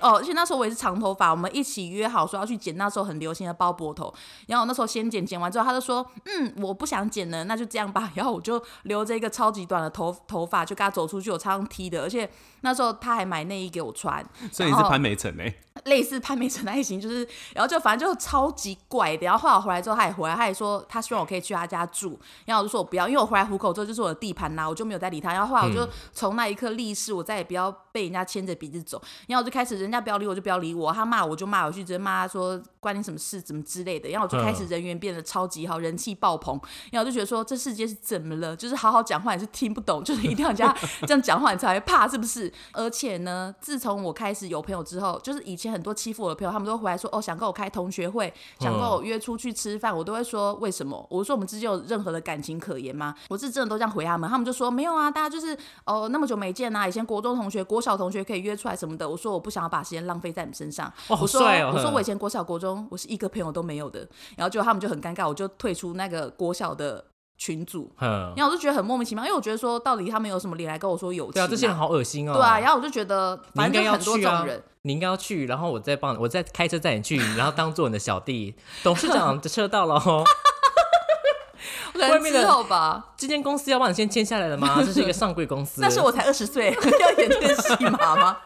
S3: 哦，而且那时候我也是长头发，我们一起约好说要去剪那时候很流行的包脖头。然后我那时候先剪，剪完之后他就说：“嗯，我不想剪了，那就这样吧。”然后我就留着一个超级短的头头发，就跟他走出去，我超常踢的。而且那时候他还买内衣给我穿，
S1: 所以你
S3: 然
S1: 是
S3: 后
S1: 潘美辰哎、
S3: 类似潘美辰的爱情， 就是，然后就反正就超级怪的。然后后来我回来之后，他也回来，他也说他希望我可以去他家住，然后我就说我不要，因为我回来虎口之后就是我的地盘啦、我就没有再理他。然后后来我就从那一刻立誓，我再也不要被人家牵着鼻子走。然后我就开始，人家不要理我就不要理我，他骂我就骂我去，直接骂他说关你什么事，怎么之类的。然后我就开始人缘变得超级好，人气爆棚。然后我就觉得说这世界是怎么了？就是好好讲话也是听不懂，就是一定要人家 这样讲话你才会怕，是不是？而且呢，自从我开始有朋友之后，就是以前很多欺负我的朋友，他们都回来说哦，想跟我开同学会，想跟我约出去吃饭，我都会说为什么？我说我们之间有任何的感情可言吗？我是真的都这样回他们，他们就说没有啊，大家就是哦那么久没见啊，以前国中同学、国小同学可以约出来什么的。我说我不想要把时间浪费在你身上，
S2: 哦好
S3: 我说、
S2: 帅哦
S3: 我说
S2: 嗯
S3: 我以前国小、国中我是一个朋友都没有的，然后就他们就很尴尬，我就退出那个国小的群组。
S2: 嗯，
S3: 然后我就觉得很莫名其妙，因为我觉得说，到底他们有什么理来跟我说友情、
S2: 对啊，这些人好恶心哦。
S3: 对啊，然后我就觉得，
S2: 你
S3: 反
S2: 应该
S3: 正就
S2: 要
S3: 很多
S2: 去
S3: 种
S2: 啊
S3: 人，，
S2: 你应该要去，然后我再帮你，我再开车载你去，然后当做你的小弟。董事长的车到了 哦，
S3: 可能
S2: 外面的
S3: 之后吧。
S2: 这间公司要帮你先签下来了 吗？这是一个上柜公司。
S3: 那是我才二十岁， 要演这个戏码吗？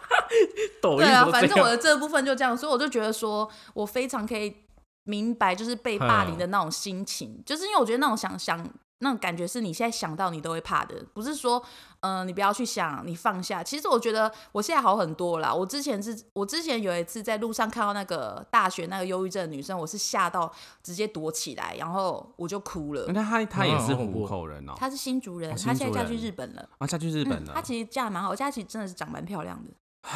S2: 抖音
S3: 对啊
S2: 怎，么
S3: 反
S2: 这
S3: 正
S2: 样
S3: 我的这部分就这样，所以我就觉得说我非常可以明白，就是被霸凌的那种心情，就是因为我觉得那种想想那种感觉是你现在想到你都会怕的，不是说嗯、呃你不要去想，你放下。其实我觉得我现在好很多啦。我之前是我之前有一次在路上看到那个大学那个忧郁症的女生，我是吓到直接躲起来，然后我就哭了。
S1: 那他他也
S2: 嗯好
S1: 是
S2: 恐怖
S1: 虎口人哦、
S3: 她是新竹人，
S1: 哦
S3: 她现在嫁去
S1: 新竹
S3: 日
S1: 人
S3: 本了。
S1: 啊，下去日本
S3: 嗯
S1: 了。
S3: 她其实嫁得蛮好，而且她其实真的是长蛮漂亮的。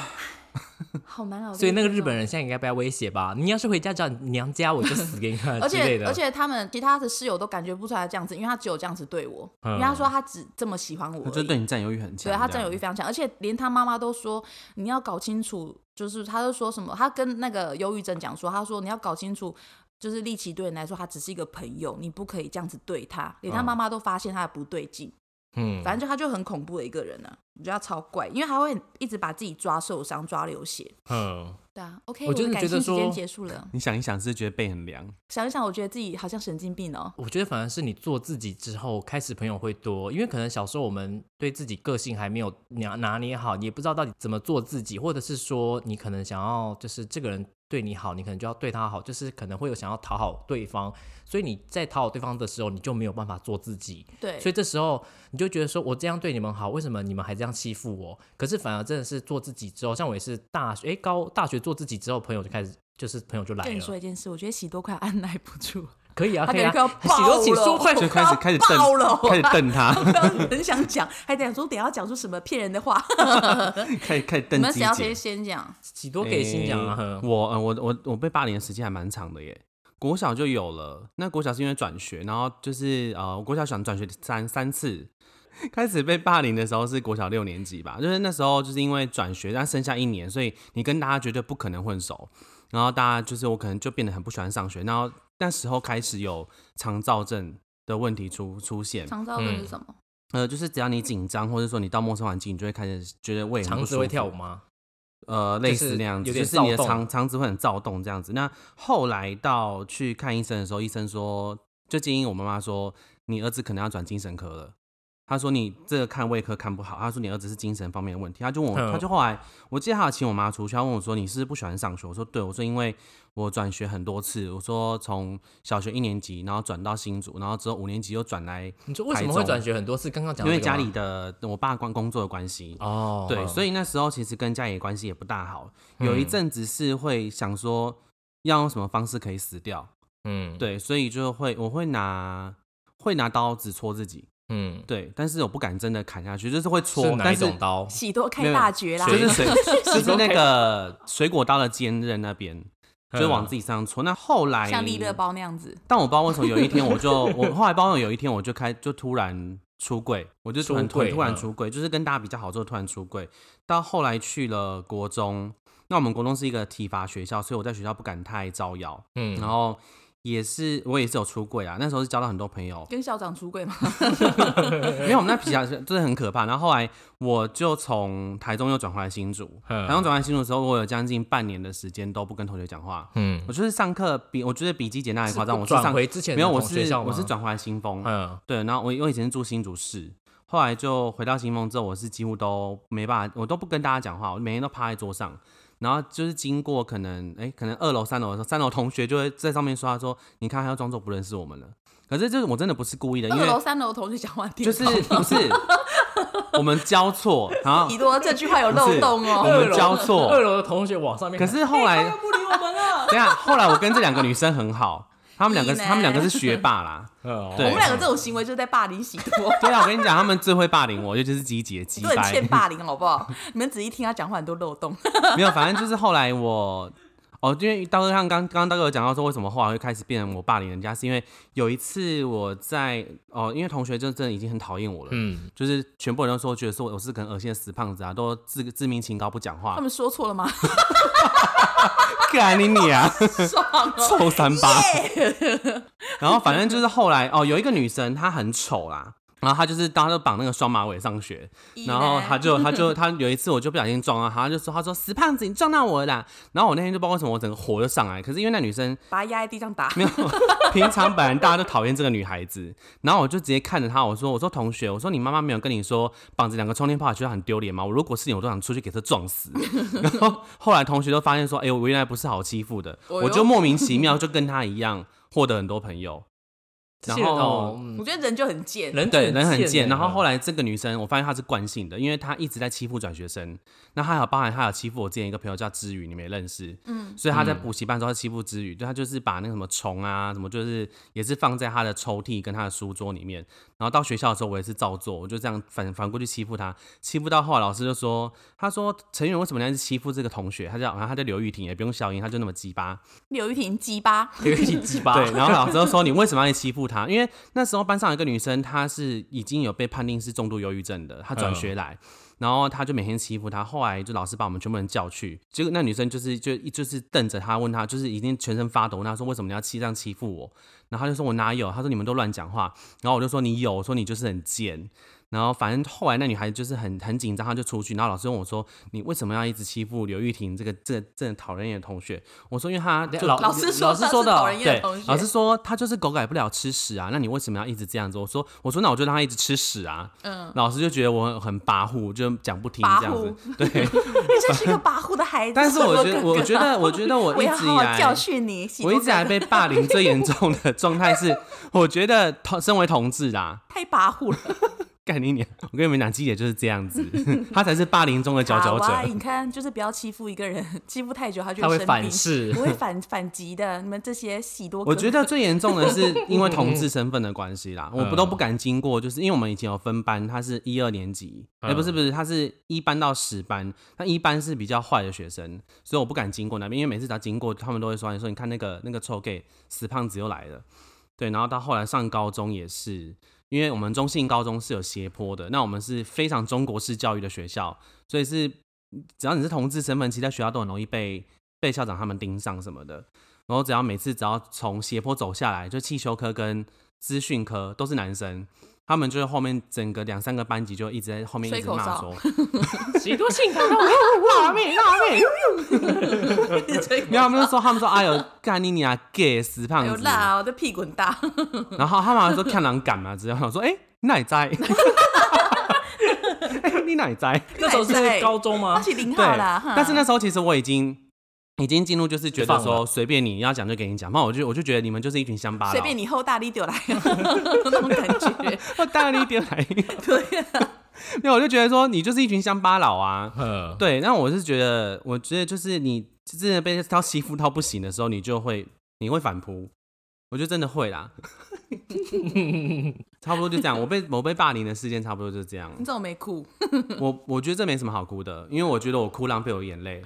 S3: 好难 熬。
S2: 所以那个日本人现在应该被他威胁吧？你要是回家找你娘家，我就死给你看
S3: 而
S2: 之类
S3: 且
S2: 的。
S3: 而且他们其他的室友都感觉不出来他这样子，因为他只有这样子对我，
S2: 嗯
S3: 因为他说他只这么喜欢我
S1: 他
S3: 而
S1: 就
S3: 已。
S1: 对你占有欲很强，
S3: 对他占有欲非常强，而且连他妈妈都说你要搞清楚，就是他就说什么，他跟那个忧郁症讲说，他说你要搞清楚，就是丽奇对你来说，他只是一个朋友，你不可以这样子对他，连他
S2: 嗯
S3: 妈妈都发现他的不对劲，
S2: 嗯，
S3: 反正就他就很恐怖的一个人啊，我觉得他超怪，因为他会一直把自己抓受伤、抓流血。
S2: 嗯，
S3: 对啊，OK，
S2: 我真的
S3: 的感
S2: 觉
S3: 性
S2: 得
S3: 时间
S2: 说
S3: 结束了，
S1: 你想一想，是不是觉得背很凉，
S3: 想一想，我觉得自己好像神经病哦。
S2: 我觉得反而是你做自己之后，开始朋友会多，因为可能小时候我们对自己个性还没有拿拿捏好，你也不知道到底怎么做自己，或者是说你可能想要就是这个人对你好，你可能就要对他好，就是可能会有想要讨好对方，所以你在讨好对方的时候，你就没有办法做自己，
S3: 对，
S2: 所以这时候你就觉得说，我这样对你们好，为什么你们还这样欺负我？可是反而真的是做自己之后，像我也是大学，哎，高大学做自己之后，朋友就开始就是朋友就来
S3: 跟你说
S2: 了，
S3: 一件事，我觉得喜多快 按耐不住，
S2: 可以啊，
S3: 他
S2: 可
S3: 感
S2: 以
S3: 觉
S2: 啊，
S3: 快要爆
S2: 喜多
S3: 了，
S2: 请说快
S1: 就开始开始瞪
S3: 爆了，
S1: 开始瞪 他，
S3: 我刚刚很想讲，还得想说等一下讲出什么骗人的话。
S1: 开始开始
S3: 你
S1: 瞪
S3: 们
S1: 鸡
S3: 谁要
S1: 姐
S3: 先。先讲？
S2: 喜多给新讲啊，呵
S1: 欸我呃我我我被霸凌的时间还蛮长的耶，国小就有了。那国小是因为转学，然后就是呃，我国小想转学三三次。 开始被霸凌的时候是国小六年级吧，就是那时候就是因为转学，但剩下一年，所以你跟大家绝对不可能混熟。然后大家就是我可能就变得很不喜欢上学，然后那时候开始有肠燥症的问题出出现，
S3: 长照论是什么？
S1: 呃，就是只要你紧张或者说你到陌生环境，你就会开始觉得胃很
S2: 肠
S1: 不
S2: 子
S1: 舒
S2: 会
S1: 服
S2: 跳舞吗？
S1: 呃，类
S2: 就是
S1: 似那样子，
S2: 有
S1: 就
S2: 点
S1: 是你的
S2: 躁动
S1: 肠肠子会很躁动这样子。那后来到去看医生的时候，医生说，就建议我妈妈说，你儿子可能要转精神科了。他说你这个看胃科看不好，他说你儿子是精神方面的问题，他就问
S2: 嗯
S1: 我，他就后来我记得他有请我妈出去，他问我说你是不是不喜欢上学，我说对，我说因为我转学很多次，我说从小学一年级，然后转到新竹，然后之后五年级又转来，
S2: 你说为什么
S1: 台
S2: 会
S1: 中
S2: 转学很多次？刚刚讲
S1: 因为
S2: 这个
S1: 家
S2: 吗
S1: 里的我爸关工作的关系，
S2: 哦，嗯
S1: 对，所
S2: 以
S1: 以那时候其实跟家里的关系也不大好，有一阵子是会想说要用什么方式可以死掉，
S2: 嗯，
S1: 对，所以就会我会拿会拿刀子戳自己，
S2: 嗯，
S1: 对，但是我不敢真的砍下去，就是会
S2: 是
S1: 戳，
S2: 哪
S1: 但
S2: 一
S1: 是
S2: 种刀？
S3: 喜多开
S1: 没有
S3: 大绝啦，
S1: 就
S2: 水
S1: 是水就是 那个水果刀的尖刃那边， 就是
S2: 嗯
S1: 往自己身上戳。那后来
S3: 像利乐包那样子。
S1: 但我不知道为什么有一天我就 我后来包括有一天我就开就突然出柜，我就突然
S2: 出柜
S1: 突然
S2: 嗯
S1: 出柜，就是跟大家比较好之后突然出柜。到后来去了国中，那我们国中是一个体罚学校，所以我在学校不敢太招摇，
S2: 嗯，
S1: 然后也是我也是有出柜啊，那时候是交到很多朋友，
S3: 跟校长出柜吗？
S1: 没有我们那皮夹真的很可怕。然后后来我就从台中又转回来新竹，
S2: 嗯
S1: 台中转回来新竹的时候，我有将近半年的时间都不跟同学讲话。
S2: 嗯，
S1: 我就是上课比我觉得比基姐那还夸张，我是
S2: 转
S1: 上
S2: 回之前
S1: 没有，
S2: 的
S1: 我
S2: 同学
S1: 是
S2: 校
S1: 我
S2: 吗
S1: 是，转回来新丰，
S2: 嗯
S1: 对，然后我我以前是住新竹市，后来就回到新丰之后，我是几乎都没办法，我都不跟大家讲话，我每天都趴在桌上，然后就是经过可能哎、可能二楼三楼的时候，三楼同学就会在上面说，他说你看他要装作不认识我们了，可是就是我真的不是故意的，因
S3: 二楼、
S1: 为
S3: 三楼同学讲完电
S1: 就
S3: 话，
S1: 是不是我们交错，然后
S3: 喜多这句话有漏洞
S1: 哦我
S3: 哦。
S1: 们交
S2: 二
S1: 错，
S2: 楼的同学往上面
S1: 可
S2: 看，
S1: 是后来
S3: 哎不理我们了，
S1: 等一下后来我跟这两个女生很好，她们两个
S3: 你呢
S1: 她们两个是学霸啦。
S2: 嗯，
S1: 对
S3: 我们两个这种行为就是在霸凌喜 多。
S1: 对啊，我跟你讲，他们最会霸凌我，尤其是鸡姐鸡
S3: 都很
S1: 掰。
S3: 欠霸凌，好不好？ 你们仔细听他讲话，很多漏洞。
S1: 没有，反正就是后来我，哦，因为刀哥像刚刚刚刀哥有讲到说，为什么后来会开始变成我霸凌人家，是因为有一次我在哦，因为同学就真的已经很讨厌我了，
S2: 嗯，
S1: 就是全部人都说觉得说我是个很恶心的死胖子啊，都自自命清高不讲
S3: 他
S1: 话，
S3: 们说错了吗？
S1: 干你你啊，
S3: 爽哦！
S1: 臭三八。然后反正就是后来哦，有一个女生她很丑啦。然后她就是，当她就绑那个双马尾上学， 然后她 就，她就，她有一次我就不小心撞到她，她就说，她说死胖子，你撞到我了啦。然后我那天就不知道为什么我整个火就上来，可是因为那女生
S3: 把他压在地上打。
S1: 没有，平常本来大家都讨厌这个女孩子，然后我就直接看着她，我说：“我说同学，我说你妈妈没有跟你说绑着两个充电炮，觉得很丢脸吗？我如果是你，我都想出去给她撞死。” 然后后来同学都发现说：“哎、我原来不是好欺负的。”
S3: 哦哟
S1: 我就莫名其妙就跟她一样获得很多朋友，然
S2: 这些人
S1: 后
S2: 哦嗯
S3: 我觉得人就很贱，
S2: 人
S1: 对人很
S2: 贱欸，
S1: 贱。然后后来这个女生，我发现她是惯性的，因为她一直在欺负转学生，那她还有包含她有欺负我之前一个朋友叫知宇，你们也认识，
S3: 嗯，
S1: 所以他在补习班的时候，他欺负之余，就他就是把那个什么虫啊，什么就是也是放在他的抽屉跟他的书桌里面。然后到学校的时候，我也是照做，我就这样反反过去欺负他，欺负到后来老师就说，他说陈远为什么你要一直欺负这个同学？他叫然后他叫刘玉婷，也不用消音，他就那么鸡巴。
S3: 刘玉婷鸡巴，
S2: 有一起鸡巴，
S1: 对，然后老师就说你为什么要一直欺负他？因为那时候班上有一个女生，她是已经有被判定是重度忧郁症的，她转学来。然后她就每天欺负她，后来就老师把我们全部人叫去，结果那女生就是就就是瞪着她，问她就是已经全身发抖，问她说为什么你要欺这样欺负我？然后她就说我哪有？她说你们都乱讲话。然后我就说你有，我说你就是很贱。然后反正后来那女孩子就是很很紧张，她就出去。然后老师问我说你为什么要一直欺负刘玉婷这个这这很讨人厌的同学？我说因为她就
S2: 老
S3: 老师说
S2: 老师说的
S3: 他是讨人厌的同
S1: 哦对，
S3: 学，
S1: 老师说他就是狗改不了吃屎啊，那你为什么要一直这样子？我说我说那我就让他一直吃屎啊。
S3: 嗯，
S1: 老师就觉得我很很跋扈，就讲不听
S3: 跋扈
S1: 这样子。对，
S3: 你真是一个跋扈的孩子。
S1: 但是我 觉得我觉得我觉得我
S3: 我
S1: 一
S3: 要
S1: 直
S3: 好
S1: 以
S3: 好教
S1: 来。
S3: 训你，喜多
S1: 我一直以来
S3: 哥
S1: 被霸凌最严重的状态是，我觉得同身为同志啦，
S3: 太跋扈了。
S1: 干你娘！我跟你们讲，鸡姐就是这样 子，她才是霸凌中的佼佼
S3: 好啊
S1: 者。
S3: 你看，就是不要欺负一个人，欺负太久他就
S2: 他会
S3: 生
S2: 反
S3: 病
S2: 噬
S3: 我会反 反击的。你们这些喜多哥，
S1: 我觉得最严重的是因为同志身份的关系啦，我不都不敢经过，就是因为我们以前有分班，他是一二年级，哎、
S2: 嗯
S1: 不是不是，他是一班到十班，那一班是比较坏的学生，所以我不敢经过那边，因为每次只要经过，他们都会说，你说你看那个那个臭 gay 死胖子又来了，对，然后到后来上高中也是。因为我们中信高中是有斜坡的，那我们是非常中国式教育的学校，所以是只要你是同志身份，其实在学校都很容易被被校长他们盯上什么的。然后只要每次只要从斜坡走下来，就汽修科跟资讯科都是男生，他们就是后面整个两三个班级就一直在后面一
S3: 吹
S1: 直
S3: 口
S1: 骂
S3: 哨
S1: 说，啊
S2: 喜多性啊感到
S1: 辣妹辣妹，
S3: 得
S1: 然后他们就说他们说哎呦干你娘 gay 死胖
S3: 有
S1: 子，
S3: 哦 辣啊，我的屁股很大。
S1: 然后他们还说看狼敢嘛，之类的，我想说哎、你哪在？ 哎你哪在？
S2: 那时候是高中
S3: 他
S2: 吗？
S3: 起零
S1: 啊对
S3: 号啦，哈
S1: 但是那时候其实我已经已经进入，就是觉
S2: 放
S1: 得
S2: 了
S1: 说随便你要讲就给你讲，那我就我就觉得你们就是一群乡巴佬，
S3: 随便你后大力丢来 那种感觉，
S1: 我带了一点来，
S3: 对啊，
S1: 没有，我就觉得说你就是一群乡巴佬啊。
S2: 呃，
S1: 对，那我是觉得，我觉得就是你真的被他欺负到不行的时候，你就会你会反扑，我觉得真的会啦。 差不多就这样，我被我被霸凌的事件差不多就是这样。
S3: 你怎么没哭？
S1: 我我觉得这没什么好哭的，因为我觉得我哭浪费我眼泪。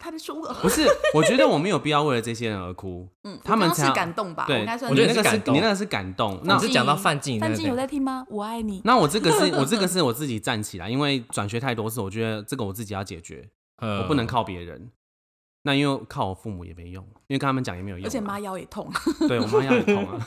S3: 他在说我，
S1: 不是，我觉得我没有必要为了这些人而哭。
S3: 嗯，
S1: 他们
S3: 我刚刚是
S1: 才
S3: 感动吧？
S1: 对，
S3: 应该算
S2: 我觉
S1: 你
S2: 得
S1: 那个
S2: 是
S1: 是
S2: 感动
S1: 你那个是感动。那
S2: 你是讲到范进那
S3: 范
S2: 个
S3: 进有在听吗？我爱你。
S1: 那我这个是我这个是我自己站起来，因为转学太多次，我觉得这个我自己要解决，
S2: 呃
S1: 我不能靠别人。那因为靠我父母也没用，因为跟他们讲也没有用
S3: 而
S1: 啊。
S3: 且妈腰也痛，
S1: 对我妈要很痛啊。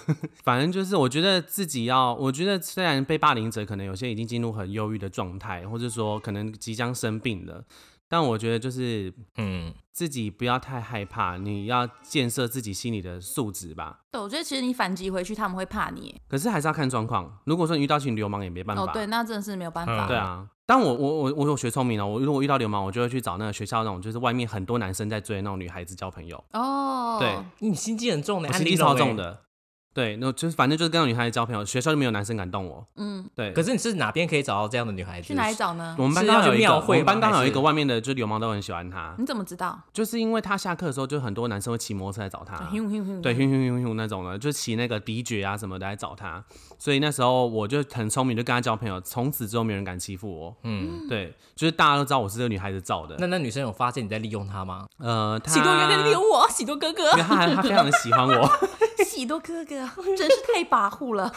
S1: 反正就是我觉得自己要，我觉得虽然被霸凌者可能有些已经进入很忧郁的状态，或者说可能即将生病了，但我觉得就是
S2: 嗯，
S1: 自己不要太害怕，你要建设自己心里的素质吧。
S3: 对我觉得其实你反击回去，他们会怕你。
S1: 可是还是要看状况。如果说你遇到群流氓也没办法，
S3: 哦，对，那真的是没有办法。
S2: 嗯
S1: 对啊，但我我我我有学聪明哦了，我如果遇到流氓，我就会去找那个学校那种就是外面很多男生在追的那种女孩子交朋友，
S3: 哦，
S1: 对
S2: 你心机很重的，
S1: 我
S2: 安
S1: 心
S2: 陵
S1: 机
S2: 容
S1: 超
S2: 欸
S1: 重。的。对，那就是反正就是跟那种女孩子交朋友，学校就没有男生敢动我。
S3: 嗯，
S1: 对，
S2: 欸可是你是哪边可以找到这样的女孩子？
S3: 去哪里找呢
S1: 我？们班
S2: 是
S1: 刚
S2: 要
S1: 好有
S2: 去
S1: 一个，
S2: 庙
S1: 我
S2: 会
S1: 们班
S2: 吗
S1: 刚好
S2: 还
S1: 有一个
S2: 是嗯
S1: 外面的，就是流氓都很喜欢他，
S3: 你怎么知道？
S1: 就是因为他下课的时候，就很多男生会骑摩托车来找他。
S3: 哼哼哼
S1: 对，咻咻咻咻那种的，就骑那个迪爵啊什么的来找他，所以那时候我就很聪明，就跟他交朋友，从此之后没有人敢欺负我。
S2: 嗯，
S1: 对，就是大家都知道我是这个女孩子造的。
S2: 那那女生有发现你在利用她吗？
S1: 呃，他
S3: 喜多哥哥利用我，喜多哥哥
S1: 因，为他还他非常的喜欢我，
S3: 喜多哥哥真是太跋扈了。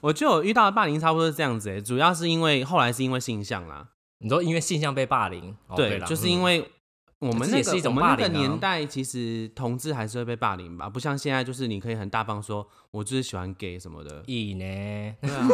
S1: 我就有遇到的霸凌差不多是这样子、欸，主要是因为后来是因为性向啦，
S2: 你说因为性向被霸凌，哦对啦
S1: 就是因
S2: 嗯
S1: 为我们
S2: 这
S1: 那
S2: 也
S1: 个
S2: 是一种
S1: 我们那
S2: 霸
S1: 个
S2: 凌啊
S1: 年代，其实同志还是会被霸凌吧，不像现在就是你可以很大方说，我就是喜欢 gay 什么 的，
S2: 以呢，
S1: 对啊，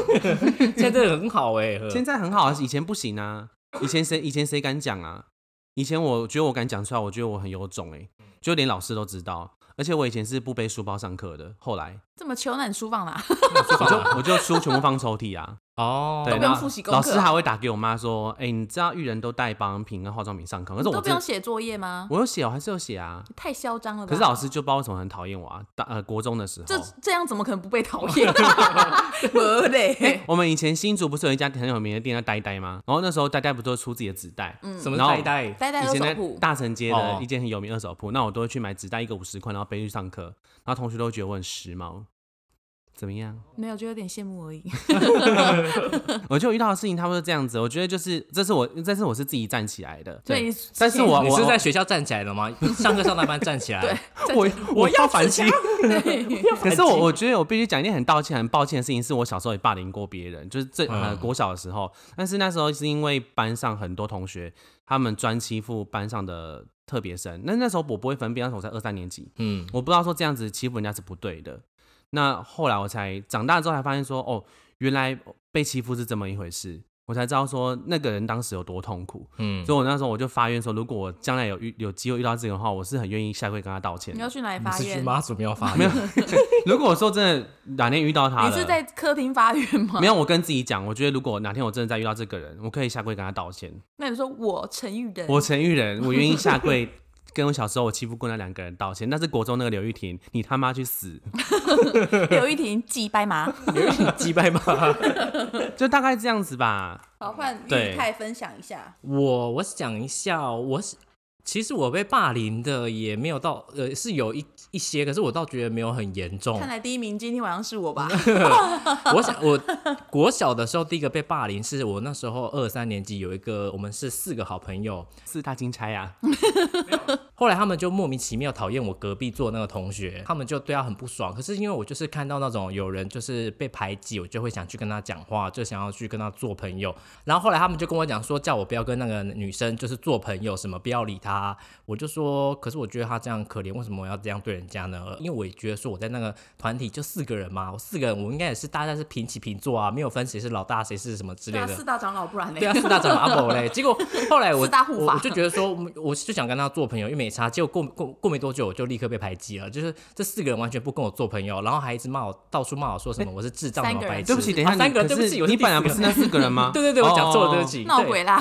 S2: 现在这个很好哎，呵
S1: 现在很好啊，以前不行啊，以前谁以前谁敢讲啊？以前我觉得我敢讲出来，我觉得我很有种哎、就连老师都知道，而且我以前是不背书包上课的，后来
S3: 这么求难书放啦，
S1: 我就我就书全部放抽屉啊。
S2: 哦，
S1: 对，
S3: 不用
S1: 那
S3: 复习功
S1: 老
S3: 课
S1: 师
S3: 啊
S1: 还会打给我妈说：“哎、你知道育人都带保养品跟化妆品上课，可是我
S3: 都不
S1: 这
S3: 用写作业吗？
S1: 我有写，我还是有写啊。
S3: 太嚣张了吧！
S1: 可是老师就不知道为什么很讨厌我啊。大呃，国中的时候，
S3: 这这样怎么可能不被讨 厌？没嘞，
S1: 我们以前新竹不是有一家很有名的店叫呆呆吗？然后那时候呆呆不都出自己的纸袋？
S2: 什么
S1: 然后
S2: 代代
S3: 呆呆
S1: 以
S3: 嗯二
S1: 前
S3: 手
S1: 在
S3: 户，
S1: 大城街
S2: 哦
S1: 的一间很有名二手铺，那我都会去买纸袋，一个五十块，然后背去上课，然后同学都会觉得我很时髦。怎么 样？
S3: 没有就有点羡慕而已。
S1: 我就遇到的事情差不多是这样子。我觉得就是，这是我，这是我是自己站起来的。
S3: 所以
S1: 对
S3: 你之前，
S1: 但是我
S2: 你
S1: 我
S2: 是在学校站起来了吗？上课上到一半站起来，
S3: 对，
S1: 我我要反击。
S3: 对，
S1: 可是我我觉得我必须讲一件很道歉、很抱歉的事情，是我小时候也霸凌过别人，就是最呃
S2: 嗯
S1: 国小的时候，但是那时候是因为班上很多同学他们专欺负班上的特别生，那那时候我不会分辨，那时候我才二三年级，
S2: 嗯，
S1: 我不知道说这样子欺负人家是不对的。那后来我才长大之后才发现说，哦，原来被欺负是这么一回事，我才知道说那个人当时有多痛苦。
S2: 嗯，
S1: 所以我那时候我就发愿说，如果我将来有遇有机会遇到这个的话，我是很愿意下跪跟他道歉
S3: 你
S1: 的。
S3: 要去哪里
S2: 你
S3: 发
S2: 是去
S3: 愿？
S2: 妈祖庙 发
S1: 没有
S2: 愿，
S1: 如果说真的哪天遇到他了，
S3: 你是在客厅发愿吗？
S2: 嗯
S1: 没有，我跟自己讲，我觉得如果哪天我真的再遇到这个人，我可以下跪跟他道歉。
S3: 那你说我陈玉仁，
S1: 我陈 玉仁，我愿意下跪跟我小时候我欺负过那两个人道歉。但是国中那个刘玉婷，你他妈去死！
S3: 刘玉婷几白马，
S2: 有一 点击败吗？
S1: 就大概这样子吧。
S3: 好换
S1: 对
S3: 玉泰分享一下。
S2: 我我想一下哦，我是其实我被霸凌的也没有到，呃，是有一一些，可是我倒觉得没有很严重
S3: 看。来第一名今天晚上是我吧？
S2: 我想我国小的时候第一个被霸凌是我那时候二三年级有一个，我们是四个好朋友，
S1: 四大金钗啊，
S2: 后来他们就莫名其妙讨厌我隔壁座那个同学，他们就对他很不爽。可是因为我就是看到那种有人就是被排挤，我就会想去跟他讲话，就想要去跟他做朋友。然后后来他们就跟我讲说，叫我不要跟那个女生就是做朋友，什么不要理她。我就说，可是我觉得她这样可怜，为什么我要这样对人人家呢？因为我也觉得说我在那个团体就四个人嘛，我四个人我应该也是大家是平起平坐啊，没有分谁是老大谁是什么之类
S3: 对啊，
S2: 的
S3: 四。大长老不然呢？
S2: 对啊，四大长阿伯嘞。结果后来我
S3: 四大护
S2: 我
S3: 法
S2: 我就觉得说，我我就想跟他做朋友，因为没差。结果过过过没多久，我就立刻被排挤了。就是这四个人完全不跟我做朋友，然后还一直骂我，到处骂我说什么我是智障、
S3: 三
S2: 老
S3: 个人
S2: 白痴。
S3: 对
S1: 对不起，等一下
S2: 啊
S1: 你，
S2: 三个人，
S1: 可
S2: 对
S1: 是
S2: 不起，我
S1: 你
S2: 第
S1: 本来
S2: 四
S1: 不
S2: 个
S1: 是那四个人吗
S2: ？对对对，我讲错了，对不
S1: 哦。
S2: 起。
S3: 闹
S2: 对
S3: 鬼啦！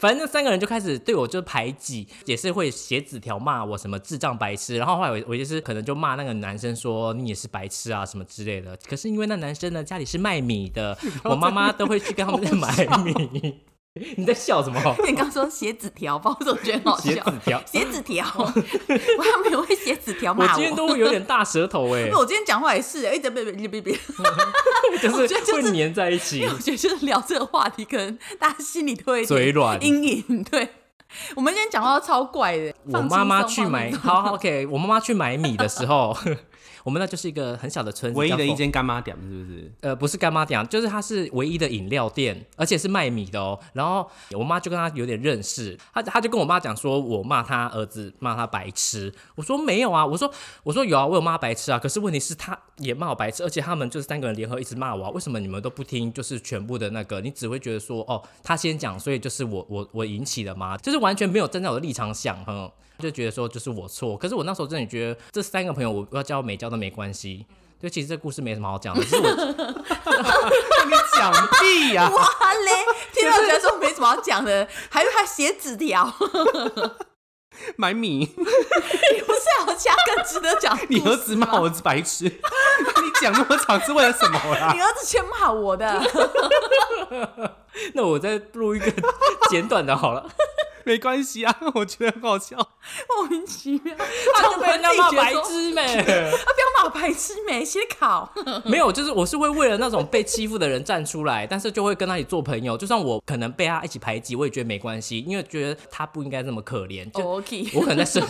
S2: 反正那三个人就开始对我就是排挤，也是会写纸条骂我什么智障白痴，然后后来我我就是可能就骂那个男生说你也是白痴啊什么之类的。可是因为那男生呢家里是卖米 的，我妈妈都会去跟他们买米。你在笑什么？
S3: 你刚说写纸条，不知道为什么觉得很好
S2: 写
S3: 笑
S2: 纸。条，
S3: 写纸条，我他们也会写纸条
S2: 我
S3: 骂
S2: 今天
S3: 我。
S2: 都会有点大舌头哎、
S3: 因为 我今天讲话也是，哎，别别别别别，
S2: 就
S3: 我觉得
S2: 是
S3: 就是
S2: 会粘在一起
S3: 因为。我觉得就是聊这个话题，可能大家心里都会有一点
S2: 嘴软
S3: 阴影。对，我们今天讲话都超怪的。
S2: 我
S3: 放
S2: 妈妈
S3: 轻
S2: 去
S3: 松
S2: 买，
S3: 放
S2: 好 OK，我妈妈去买米的时候， 我们那就是一个很小的村子，
S1: 唯一
S2: 叫
S1: 的
S2: 凤
S1: 一间干妈点是不是？
S2: 呃，不是干妈店啊，就是它是唯一的饮料店，而且是卖米的哦。然后我妈就跟他有点认识，她她就跟我妈讲说，我骂他儿子骂他白痴。我说没有啊，我说我说有啊，我有骂白痴啊。可是问题是，他也骂我白痴，而且他们就是三个人联合一直骂我、啊，为什么你们都不听？就是全部的那个，你只会觉得说，哦，他先讲，所以就是我我我引起的嘛，就是完全没有站在我的立场想，哼。就觉得说就是我错，可是我那时候真的觉得这三个朋友我要交没交都没关系，就其实这故事没什么好讲的，只是我
S1: 你讲屁
S2: 啊
S1: 呀！
S3: 哇嘞！听到觉得说没什么好讲的，还有他写纸 条，
S1: 买米，
S3: 你不是啊要加更值得讲的 故事吗？
S1: 你儿子骂我儿子白痴，你讲那么长是为了什么
S2: 啊
S1: 啦
S3: 你？儿子先骂我的，
S2: 那我再录一 个简短的好了，
S1: 没关系啊，我觉得很好笑。
S3: 莫名其妙，
S2: 他
S3: 他
S2: 被人家骂白痴哦没？
S3: 他不要骂白痴没写考，
S2: 没有，就是我是会为了那种被欺负的人站出来，但是就会跟他一起做朋友，就算我可能被他一起排挤，我也觉得没关系，因为觉得他不应该这么可怜，就
S3: OK，
S2: 我可能在施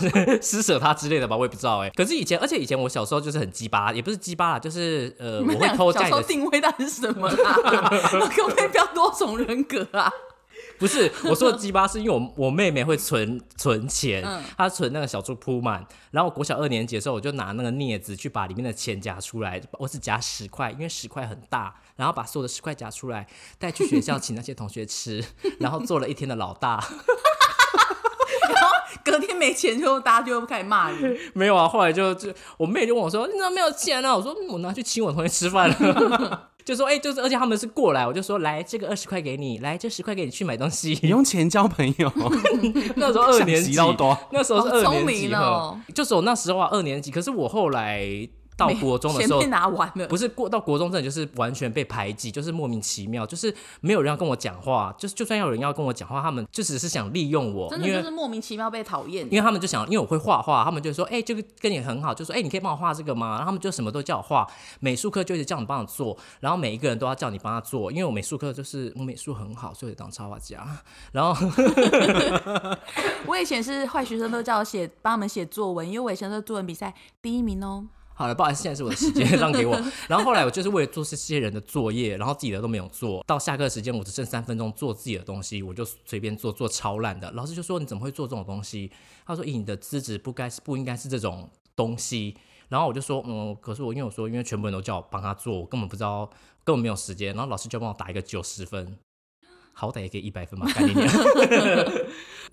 S2: 施舍 他之类的吧，我也不知道哎、可是以前，而且以前我小时候就是很鸡巴，也不是鸡巴啦，就是呃，我
S3: 你们
S2: 会
S3: 俩
S2: 偷
S3: 小
S2: 家
S3: 时
S2: 里
S3: 候
S2: 的
S3: 定位到底是什 么啦？可不可以不要多重人格啊？
S2: 不是我说的鸡巴，是因为我我妹妹会存存钱
S3: 嗯，
S2: 她存那个小猪铺满，然后我国小二年级的时候，我就拿那个镊子去把里面的钱夹出来，我只夹十块，因为十块很大，然后把所有的十块夹出来，带去学校请那些同学吃， 然后做了一天的老大。
S3: 然后隔天没钱就大家就会开始骂你，
S2: 没有啊，后来就就我妹就问我说：“你怎么没有钱啊？”我说：“嗯我拿去请我同学吃饭 了。”就说：“哎、就是，而且他们是过来，我就说来这个二十块给你，来这十块给你去买东西。”
S1: 你用钱交朋友，
S2: 那时候二年级，
S1: 想洗到多
S2: 那时候是
S3: 好
S2: 二
S3: 聪
S2: 年级
S3: 明哦
S2: 呵就是我那时候啊二年级，可是我后来到国中的
S3: 钱
S2: 时候
S3: 被。拿完了，
S2: 不是过到国中真的就是完全被排挤，就是莫名其妙，就是没有人要跟我讲话，就是就算要有人要跟我讲话，他们就只是想利用我，
S3: 真
S2: 因
S3: 的
S2: 为
S3: 就是莫名其妙被讨厌
S2: 因。为他们就想，因为我会画画，他们就说，哎、这个跟你很好，就说，哎、你可以帮我画这个吗？然后他们就什么都叫我画，美术课就一直叫你帮我做，然后每一个人都要叫你帮他做，因为我美术课就是我美术很好，所以我当插画家， 然后
S3: 我以前是坏学生，都叫我写帮他们写作文，因为我以前都是作文比赛第一名哦。
S2: 好了，不好意思，现在是我的时间，让给我。 然后后来我就是为了做这些人的作业，然后自己的都没有做到下课时间，我只剩三分钟做自己的东西，我就随便做，做超烂的。老师就说你怎么会做这种东西？他说以你的资质不该是不应该是这种东西。然后我就说嗯，可是我因为我说因为全部人都叫我帮他做，我根本不知道，根本没有时间。然后老师就帮我打一个九十分，好歹也给一百分吧，干你娘！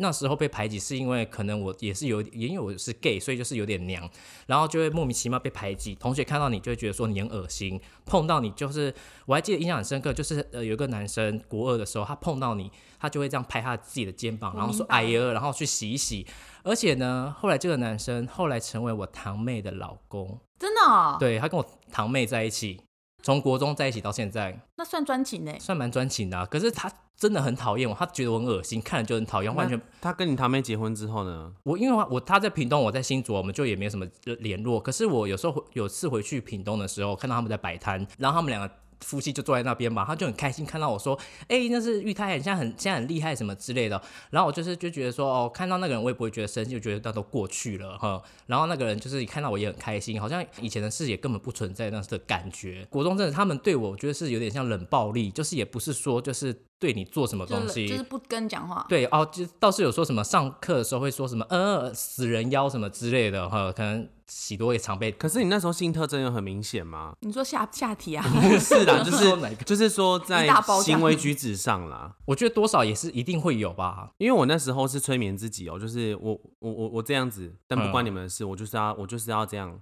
S2: 那时候被排挤是因为可能我也是有，也因为我是 gay，所以就是有点娘，然后就会莫名其妙被排挤。同学看到你就会觉得说你很恶心，碰到你就是，我还记得印象很深刻，就是呃有一个男生国二的时候，他碰到你，他就会这样拍他自己的肩膀，
S3: 我
S2: 然后说
S3: 明白
S2: 哎呀，然后去洗一洗。而且呢，后来这个男生后来成为我堂妹的老公，
S3: 真的、哦，
S2: 对他跟我堂妹在一起，从国中在一起到现在，
S3: 那算专情呢？
S2: 算蛮专情的啊、可是他真的很讨厌我，他觉得我很恶心，看了就很讨厌，完全
S1: 他跟你堂妹结婚之后呢？
S2: 我因为我他在屏东，我在新竹，我们就也没有什么联络。可是我有时候回有次回去屏东的时候，看到他们在摆摊，然后他们两个。夫妻就坐在那边嘛，他就很开心看到我说：“哎、那是玉泰，你现在很现在很厉害什么之类的。”然后我就是就觉得说：“哦，看到那个人我也不会觉得生气，我觉得那都过去了哈。”然后那个人就是看到我也很开心，好像以前的事也根本不存在那样的感觉。国中真的他们对我，我觉得是有点像冷暴力，就是也不是说就是对你做什么
S3: 就
S2: 东
S3: 是
S2: 西，
S3: 就是不跟你讲话。
S2: 对哦，就倒是有说什么上课的时候会说什么呃死人妖什么之类的哈，可能喜多也常被
S1: 可是你那时候性特征有很明 显吗？
S3: 你说下下题啊？
S1: 不是啦，就
S2: 说哪
S1: 是
S2: 个
S1: 就是说在
S3: 一大包这样
S1: 行为举止上啦。
S2: 我觉得多少也是一定会有吧。
S1: 因为我那时候是催眠自己哦、就是我我我我这样子，但不关你们的事，
S3: 嗯
S1: 我就是要我就是要这样，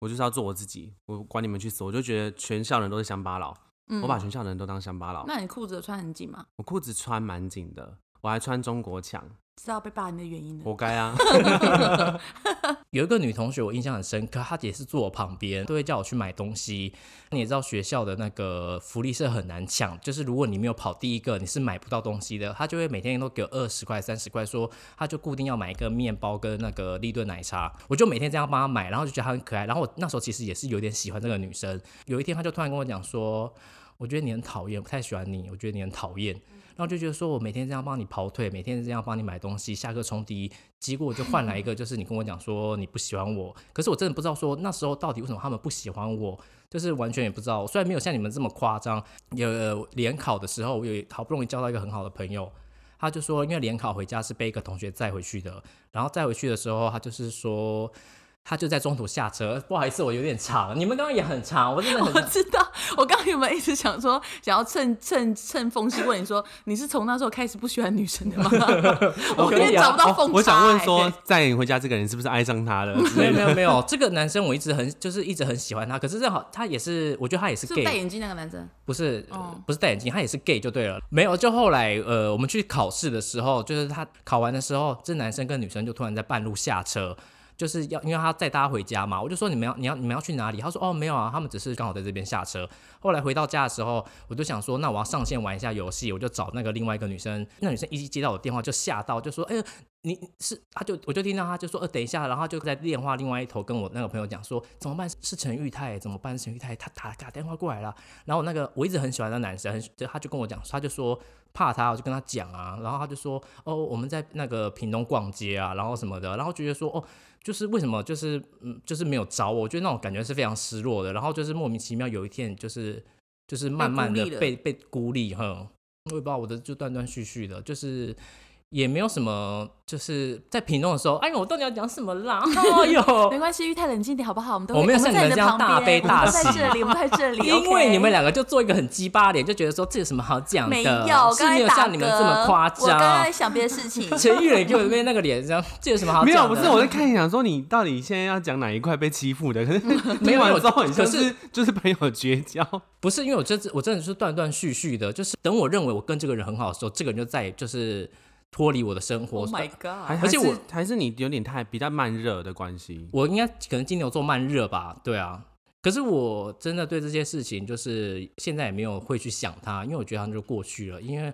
S1: 我就是要做我自己，我管你们去死。我就觉得全校人都是乡巴佬，
S3: 嗯
S1: 我把全校人都当乡巴佬。
S3: 那你裤子有穿很紧吗？
S1: 我裤子穿蛮紧的，我还穿中国强，
S3: 知道被霸凌的原因了。
S1: 活该 啊！
S2: 有一个女同学我印象很深刻，她也是坐我旁边，都会叫我去买东西。你也知道学校的那个福利社很难抢，就是如果你没有跑第一个，你是买不到东西的。她就会每天都给我二十块、三十块，说她就固定要买一个面包跟那个立顿奶茶，我就每天这样帮她买，然后就觉得她很可爱。然后我那时候其实也是有点喜欢这个女生。有一天她就突然跟我讲说：“我觉得你很讨厌，我不太喜欢你，我觉得你很讨厌。”然后就觉得说我每天这样帮你跑腿，每天这样帮你买东西，下课冲第一，结果我就换来一个，就是你跟我讲说你不喜欢我，可是我真的不知道说那时候到底为什么他们不喜欢我，就是完全也不知道。虽然没有像你们这么夸张，有联考的时候，我有好不容易交到一个很好的朋友。他就说，因为联考回家是被一个同学载回去的，然后载回去的时候，他就是说，他就在中途下车。不好意思，我有点长，你们刚刚也很长，我真的很
S3: 我知道，我刚刚有没有一直想说，想要趁趁趁缝隙问你说，你是从那时候开始不喜欢女生的 吗？我有
S2: 可以
S3: 点
S2: 啊
S3: 找不到缝、欸
S1: 我想问说，载你回家这个人是不是爱上他了？
S2: 没 有没有没有，这个男生我一直很就是一直很喜欢他，可是正好他也是，我觉得他也是
S3: 是不是戴
S2: gay，
S3: 眼镜那个男生？
S2: 不是、呃
S3: 哦
S2: 不是戴眼镜，他也是 gay 就对了。没有，就后来呃我们去考试的时候，就是他考完的时候，这男生跟女生就突然在半路下车。就是要，因为他载大家回家嘛，我就说你们要，你要，你们要去哪里？他说哦，没有啊，他们只是刚好在这边下车。后来回到家的时候，我就想说，那我要上线玩一下游戏，我就找那个另外一个女生。那女生一接到我电话就吓到，就说：“哎、呦，你是？”她就我就听到她就说：“呃，等一下。”然后她就在电话另外一头跟我那个朋友讲说：“怎么办？是陈玉泰？怎么办？是陈玉泰？他打打电话过来了。”然后那个我一直很喜欢的男生，很就他就跟我讲，他就说怕他，我就跟他讲啊，然后他就说：“哦，我们在那个屏东逛街啊，然后什么的。”然后就觉得说：“哦，就是为什么就是嗯就是没有找我，我觉得那种感觉是非常失落的。然后就是莫名其妙有一天就是就是慢慢的
S3: 被孤立了
S2: 被被孤立，哼，我也不知道我的就断断续续的，就是。也没有什么，就是在评论的时候，哎呦，我到底要讲什么 啦？哎呦
S3: 没，关系，玉太冷静点好不好？我们都
S2: 哦我没有
S3: 会
S2: 像你
S3: 在
S2: 们
S3: 的
S2: 这样
S3: 旁
S2: 大悲
S3: 边
S2: 大
S3: 我们在
S2: 喜
S3: 这里，我们在这里，
S2: 因为
S3: OK
S2: 你们两个就做一个很鸡巴脸，就觉得说这有什么好讲的？
S3: 没有，
S2: 是没有
S3: 刚才打
S2: 像你们这么
S3: 嗝
S2: 夸
S3: 我刚刚
S2: 张。
S3: 在。想别的事情
S2: 陈玉磊给我那边那个脸，这样这有什么好
S1: 没有，
S2: 讲
S1: 不
S2: 的？
S1: 是我在看你想说你到底现在要讲哪一块被欺 负的？可是
S2: 没
S1: 听
S2: 有
S1: 完之后很像
S2: 可是
S1: 是就是朋友绝交。
S2: 不是因为我这次我真的是断断续续的，就是等我认为我跟这个人很好的时候，这个人就在就是脱离我的生活。
S3: Oh my
S1: 还
S3: god！
S2: 而且
S1: 还是
S2: 我
S1: 还是你有点太比较慢热的关系。
S2: 我应该可能金牛座慢热吧，对啊。可是我真的对这些事情，就是现在也没有会去想它，因为我觉得它就过去了。因为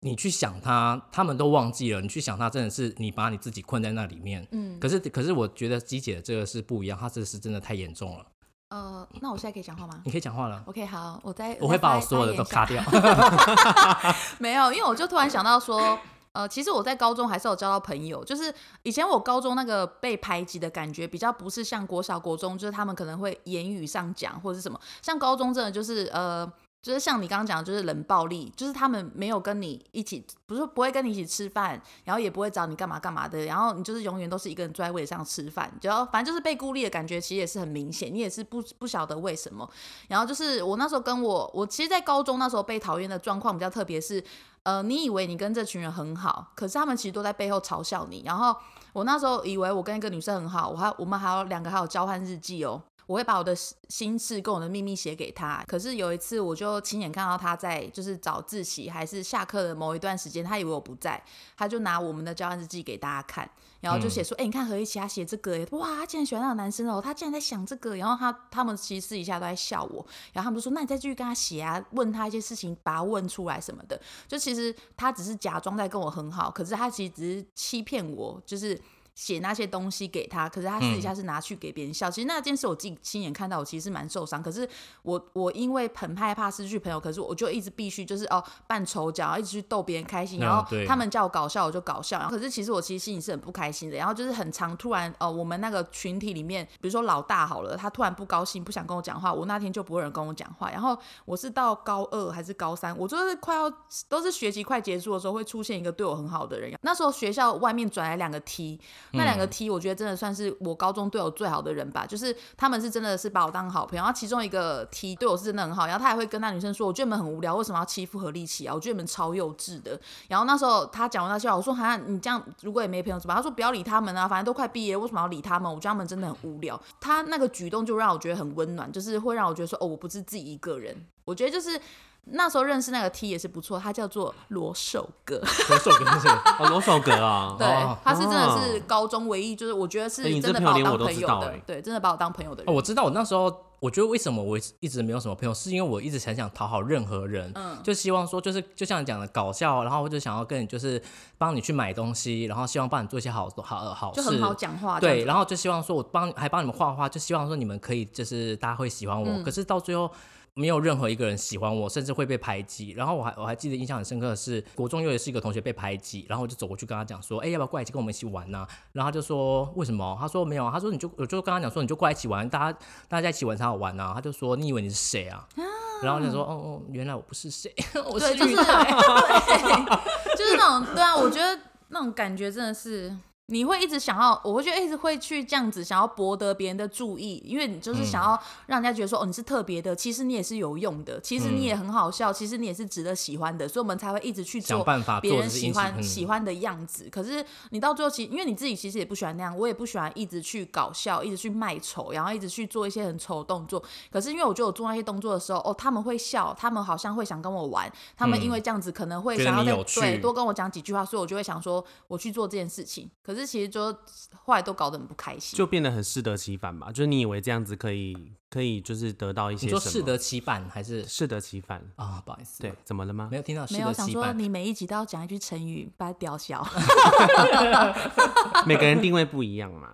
S2: 你去想它，他们都忘记了；你去想它，真的是你把你自己困在那里面。
S3: 嗯，
S2: 可是，可是我觉得鸡姐的这个是不一样，她这是真的太严重了。
S3: 呃，那我现在可以讲话吗
S2: 你可以讲话了，
S3: ？OK，好，我再
S2: 我会把我所有的都
S3: 卡。
S2: 卡掉。
S3: 没有，因为我就突然想到说，呃，其实我在高中还是有交到朋友，就是以前我高中那个被排挤的感觉，比较不是像国小、国中，就是他们可能会言语上讲或者是什么，像高中真的就是呃。就是像你刚刚讲的，就是冷暴力，就是他们没有跟你一起，不是不会跟你一起吃饭，然后也不会找你干嘛干嘛的，然后你就是永远都是一个人坐在位上吃饭，只要反正就是被孤立的感觉，其实也是很明显，你也是不不晓得为什么。然后就是我那时候跟我，我其实，在高中那时候被讨厌的状况比较特别是，呃，你以为你跟这群人很好，可是他们其实都在背后嘲笑你。然后我那时候以为我跟一个女生很好，我还我们还有两个还有交换日记哦。我会把我的心事跟我的秘密写给她。可是有一次，我就亲眼看到她在就是早自习还是下课的某一段时间，她以为我不在，她就拿我们的交换日记给大家看，然后就写说：“哎、你看何一琪，她写这个耶，哇，她竟然喜欢那个男生哦，她竟然在想这个。”然后她他们其实私底下都在笑我，然后他们就说：“那你再继续跟他写啊，问他一些事情，把他问出来什么的。”就其实他只是假装在跟我很好，可是他其实只是欺骗我，就是写那些东西给他，可是他私底下是拿去给别人笑。其实那件事我自己亲眼看到，我其实蛮受伤。可是我我因为很害怕失去朋友，可是我就一直必须就是哦扮丑角，然后一直去逗别人开心，
S2: 啊
S3: 然后
S2: 对
S3: 他们叫我搞笑我就搞笑。然后可是其实我其实心里是很不开心的。然后就是很常突然哦，我们那个群体里面，比如说老大好了，他突然不高兴，不想跟我讲话，我那天就不会有人跟我讲话。然后我是到高二还是高三，我就是快要都是学期快结束的时候，会出现一个对我很好的人。那时候学校外面转来两个 T，那两个 T 我觉得真的算是我高中对我最好的人吧，就是他们是真的是把我当好朋友。然后其中一个 T 对我是真的很好，然后他还会跟那女生说，我觉得你们很无聊，为什么要欺负何立奇啊？我觉得你们超幼稚的。然后那时候他讲完那些话，我说哈，你这样如果也没朋友怎么办？他说不要理他们啊，反正都快毕业了，为什么要理他们？我觉得他们真的很无聊。他那个举动就让我觉得很温暖，就是会让我觉得说哦，我不是自己一个人。我觉得就是那时候认识那个 T 也是不错，他叫做罗寿哥，
S2: 左手跟这个，
S1: 哦，罗首歌 啊，
S3: 对，
S1: 哦
S3: 他是真的是高中唯一，就是我觉得是
S1: 哎你这
S3: 真的
S1: 朋友
S3: 把我当
S1: 连我都
S3: 朋
S1: 知
S3: 友
S1: 道
S3: 的，
S1: 哎
S3: 对，真的把我当朋友的人。
S2: 哦，我知道，我那时候我觉得为什么我一直没有什么朋友，是因为我一直很想讨好任何人，
S3: 嗯
S2: 就希望说就是就像你讲的搞笑，然后我就想要跟你就是帮你去买东西，然后希望帮你做一些好好呃好事，
S3: 就很好讲话，啊这样
S2: 对，
S3: 子
S2: 然后就希望说我帮还帮你们画画，就希望说你们可以就是大家会喜欢
S3: 嗯
S2: 我，可是到最后。没有任何一个人喜欢我，甚至会被排挤。然后我还我还记得印象很深刻的是，国中又也是一个同学被排挤，然后我就走过去跟他讲说：“哎、要不要过来一起跟我们一起玩呢、然后他就说：“为什么？”他说：“没有啊。”他说：“你就我就跟他讲说，你就过来一起玩，大家大家一起玩才好玩啊。”他就说：“你以为你是谁啊？”然后我就说：“哦哦，原来我不是谁，我是
S3: 对，就是
S2: 玉
S3: 对， 就是那种对啊，我觉得那种感觉真的是。你会一直想要，我会觉得一直会去这样子，想要博得别人的注意，因为你就是
S2: 嗯
S3: 想要让人家觉得说，哦，你是特别的，其实你也是有用的，其实你也很好笑，其实你也是值得喜欢的，所以我们才会一直去
S2: 嗯
S3: 做
S2: 想办法
S3: 别
S2: 做
S3: 人
S2: 这
S3: 喜
S2: 件事
S3: 欢
S2: 嗯
S3: 喜欢的样子。可是你到最后，其因为你自己其实也不喜欢那样，我也不喜欢一直去搞笑，一直去卖丑，然后一直去做一些很丑的动作。可是因为我觉得我做那些动作的时候，哦，他们会笑，他们好像会想跟我玩，他们因为这样子可能会
S2: 觉得
S3: 想要
S2: 你
S3: 再
S2: 有趣
S3: 对多跟我讲几句话，所以我就会想说我去做这件事情。可是其实就后来都搞得很不开心。
S1: 就变得很适得其反吧。就是你以为这样子可以可以，就是得到一些
S2: 你
S1: 什么
S2: 说适得其反还是
S1: 适得其反，
S2: 啊、不好意思，
S1: 对，，怎么了吗
S2: 没？有听到适
S3: 没有
S2: 得
S3: 想
S2: 其
S3: 说
S2: 反。
S3: 你每一集都要讲一句成语，把它吊销。
S1: 每个人定位不一样嘛。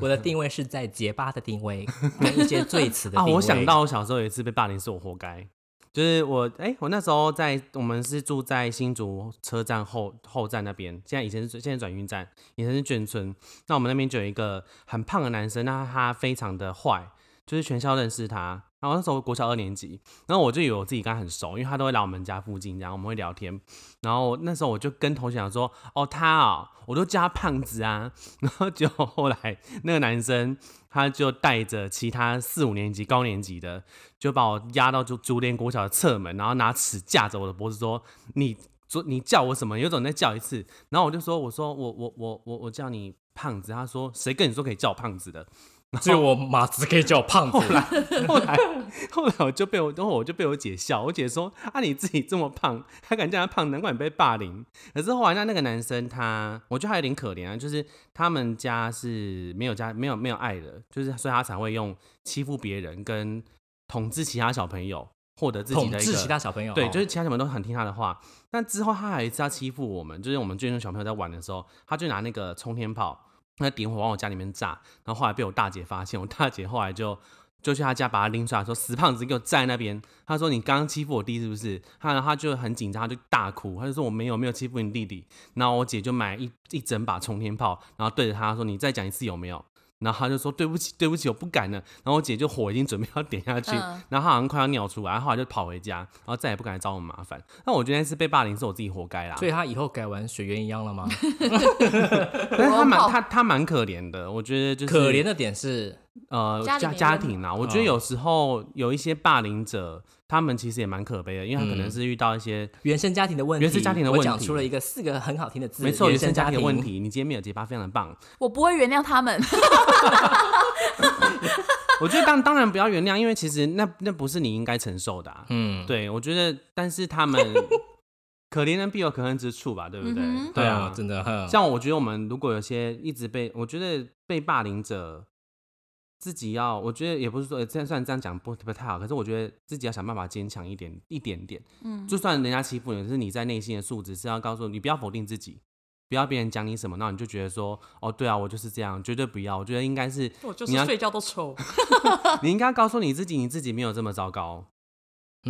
S2: 我的定位是在结巴的定位，跟一些 最词的
S1: 啊，
S2: 定位。
S1: 我想到我小时候有一次被霸凌，是我活该。就是我，哎、我那时候在我们是住在新竹车站后后站那边，现在以前是现在转运站，以前是眷村。那我们那边就有一个很胖的男生，那他非常的坏，就是全校认识他。然后那时候国小二年级，然后我就以为我自己跟他很熟，因为他都会来我们家附近，然后我们会聊天。然后那时候我就跟同学讲说，哦，他哦，我都叫他胖子啊。 然后结果后来那个男生他就带着其他四五年级、高年级的，就把我压到就竹联国小的侧门，然后拿尺架着我的脖子说：“你说你叫我什么？有种你再叫一次。”然后我就说：“我说我我我我我叫你胖子。”他说：“谁跟你说可以叫我胖子的？”
S2: 只有我马子可以叫我胖子，
S1: 后来 后来我就被我，然后我就被我姐笑，我姐说啊你自己这么胖，还敢叫他胖，难怪你被霸凌。可是后来那那个男生他，我觉得他有点可怜啊，就是他们家是没有家没有没有爱的，就是所以他才会用欺负别人跟统治其他小朋友，获得自己
S2: 统
S1: 的一
S2: 治
S1: 个
S2: 其他小朋友。哦
S1: 对，就是其他小朋友都很听他的话。但之后他还有一次要欺负我们，就是我们眷村小朋友在玩的时候，他就拿那个冲天炮，那点火往我家里面炸，然后后来被我大姐发现，我大姐后来就。就去他家把他拎出来，说：“死胖子，给我站在那边！”他说：“你刚刚欺负我弟是不是？”他然后他就很紧张，他就大哭，他就说：“我没有，没有欺负你弟弟。”然后我姐就买一一整把冲天炮，然后对着他说：“你再讲一次有没有？”然后他就说：“对不起，对不起，我不敢了。”然后我姐就火已经准备要点下去，
S3: 嗯
S1: 然后他好像快要尿出来，后来就跑回家，然后再也不敢来找我们麻烦。那我觉得那次被霸凌是我自己活该啦，
S2: 所以他以后改玩水鸳鸯了吗？
S1: 可是他蛮
S3: 我靠
S1: 他他蛮可怜的，我觉得就是
S2: 可怜的点是，
S1: 呃
S3: 家
S1: 家
S3: 里没
S1: 家
S3: 人
S1: 庭啦，我觉得有时候有一些霸凌者，他们其实也蛮可悲的，因为他可能是遇到一些、
S2: 原生家庭的问题。
S1: 原生家庭的问题
S2: 我讲出了一个四个很好听的字，
S1: 没错
S2: 原
S1: 原
S2: 生
S1: 生
S2: 家
S1: 家
S2: 庭
S1: 庭的问。题。你今天没有结巴，非常的棒。
S3: 我不会原谅他们。
S1: 我觉得当当然不要原谅，因为其实那那不是你应该承受的、啊。
S2: 嗯，
S1: 对，我觉得，但是他们 可怜人必有可恨之处吧，对不对？
S3: 嗯哼
S1: 对
S2: 啊
S1: 啊，，
S2: 真的哈。
S1: 像我觉得我们如果有些一直被，我觉得被霸凌者自己要，我觉得也不是说这样算这样讲不不太好，可是我觉得自己要想办法坚强一点一点点。
S3: 嗯，
S1: 就算人家欺负你，可是你在内心的素质是要告诉你，不要否定自己，不要别人讲你什么，那你就觉得说，哦，对啊，我就是这样，绝对不要。我觉得应该是
S3: 我就
S1: 你要
S3: 是睡觉都丑，
S1: 你应该告诉你自己，你自己没有这么 糟糕。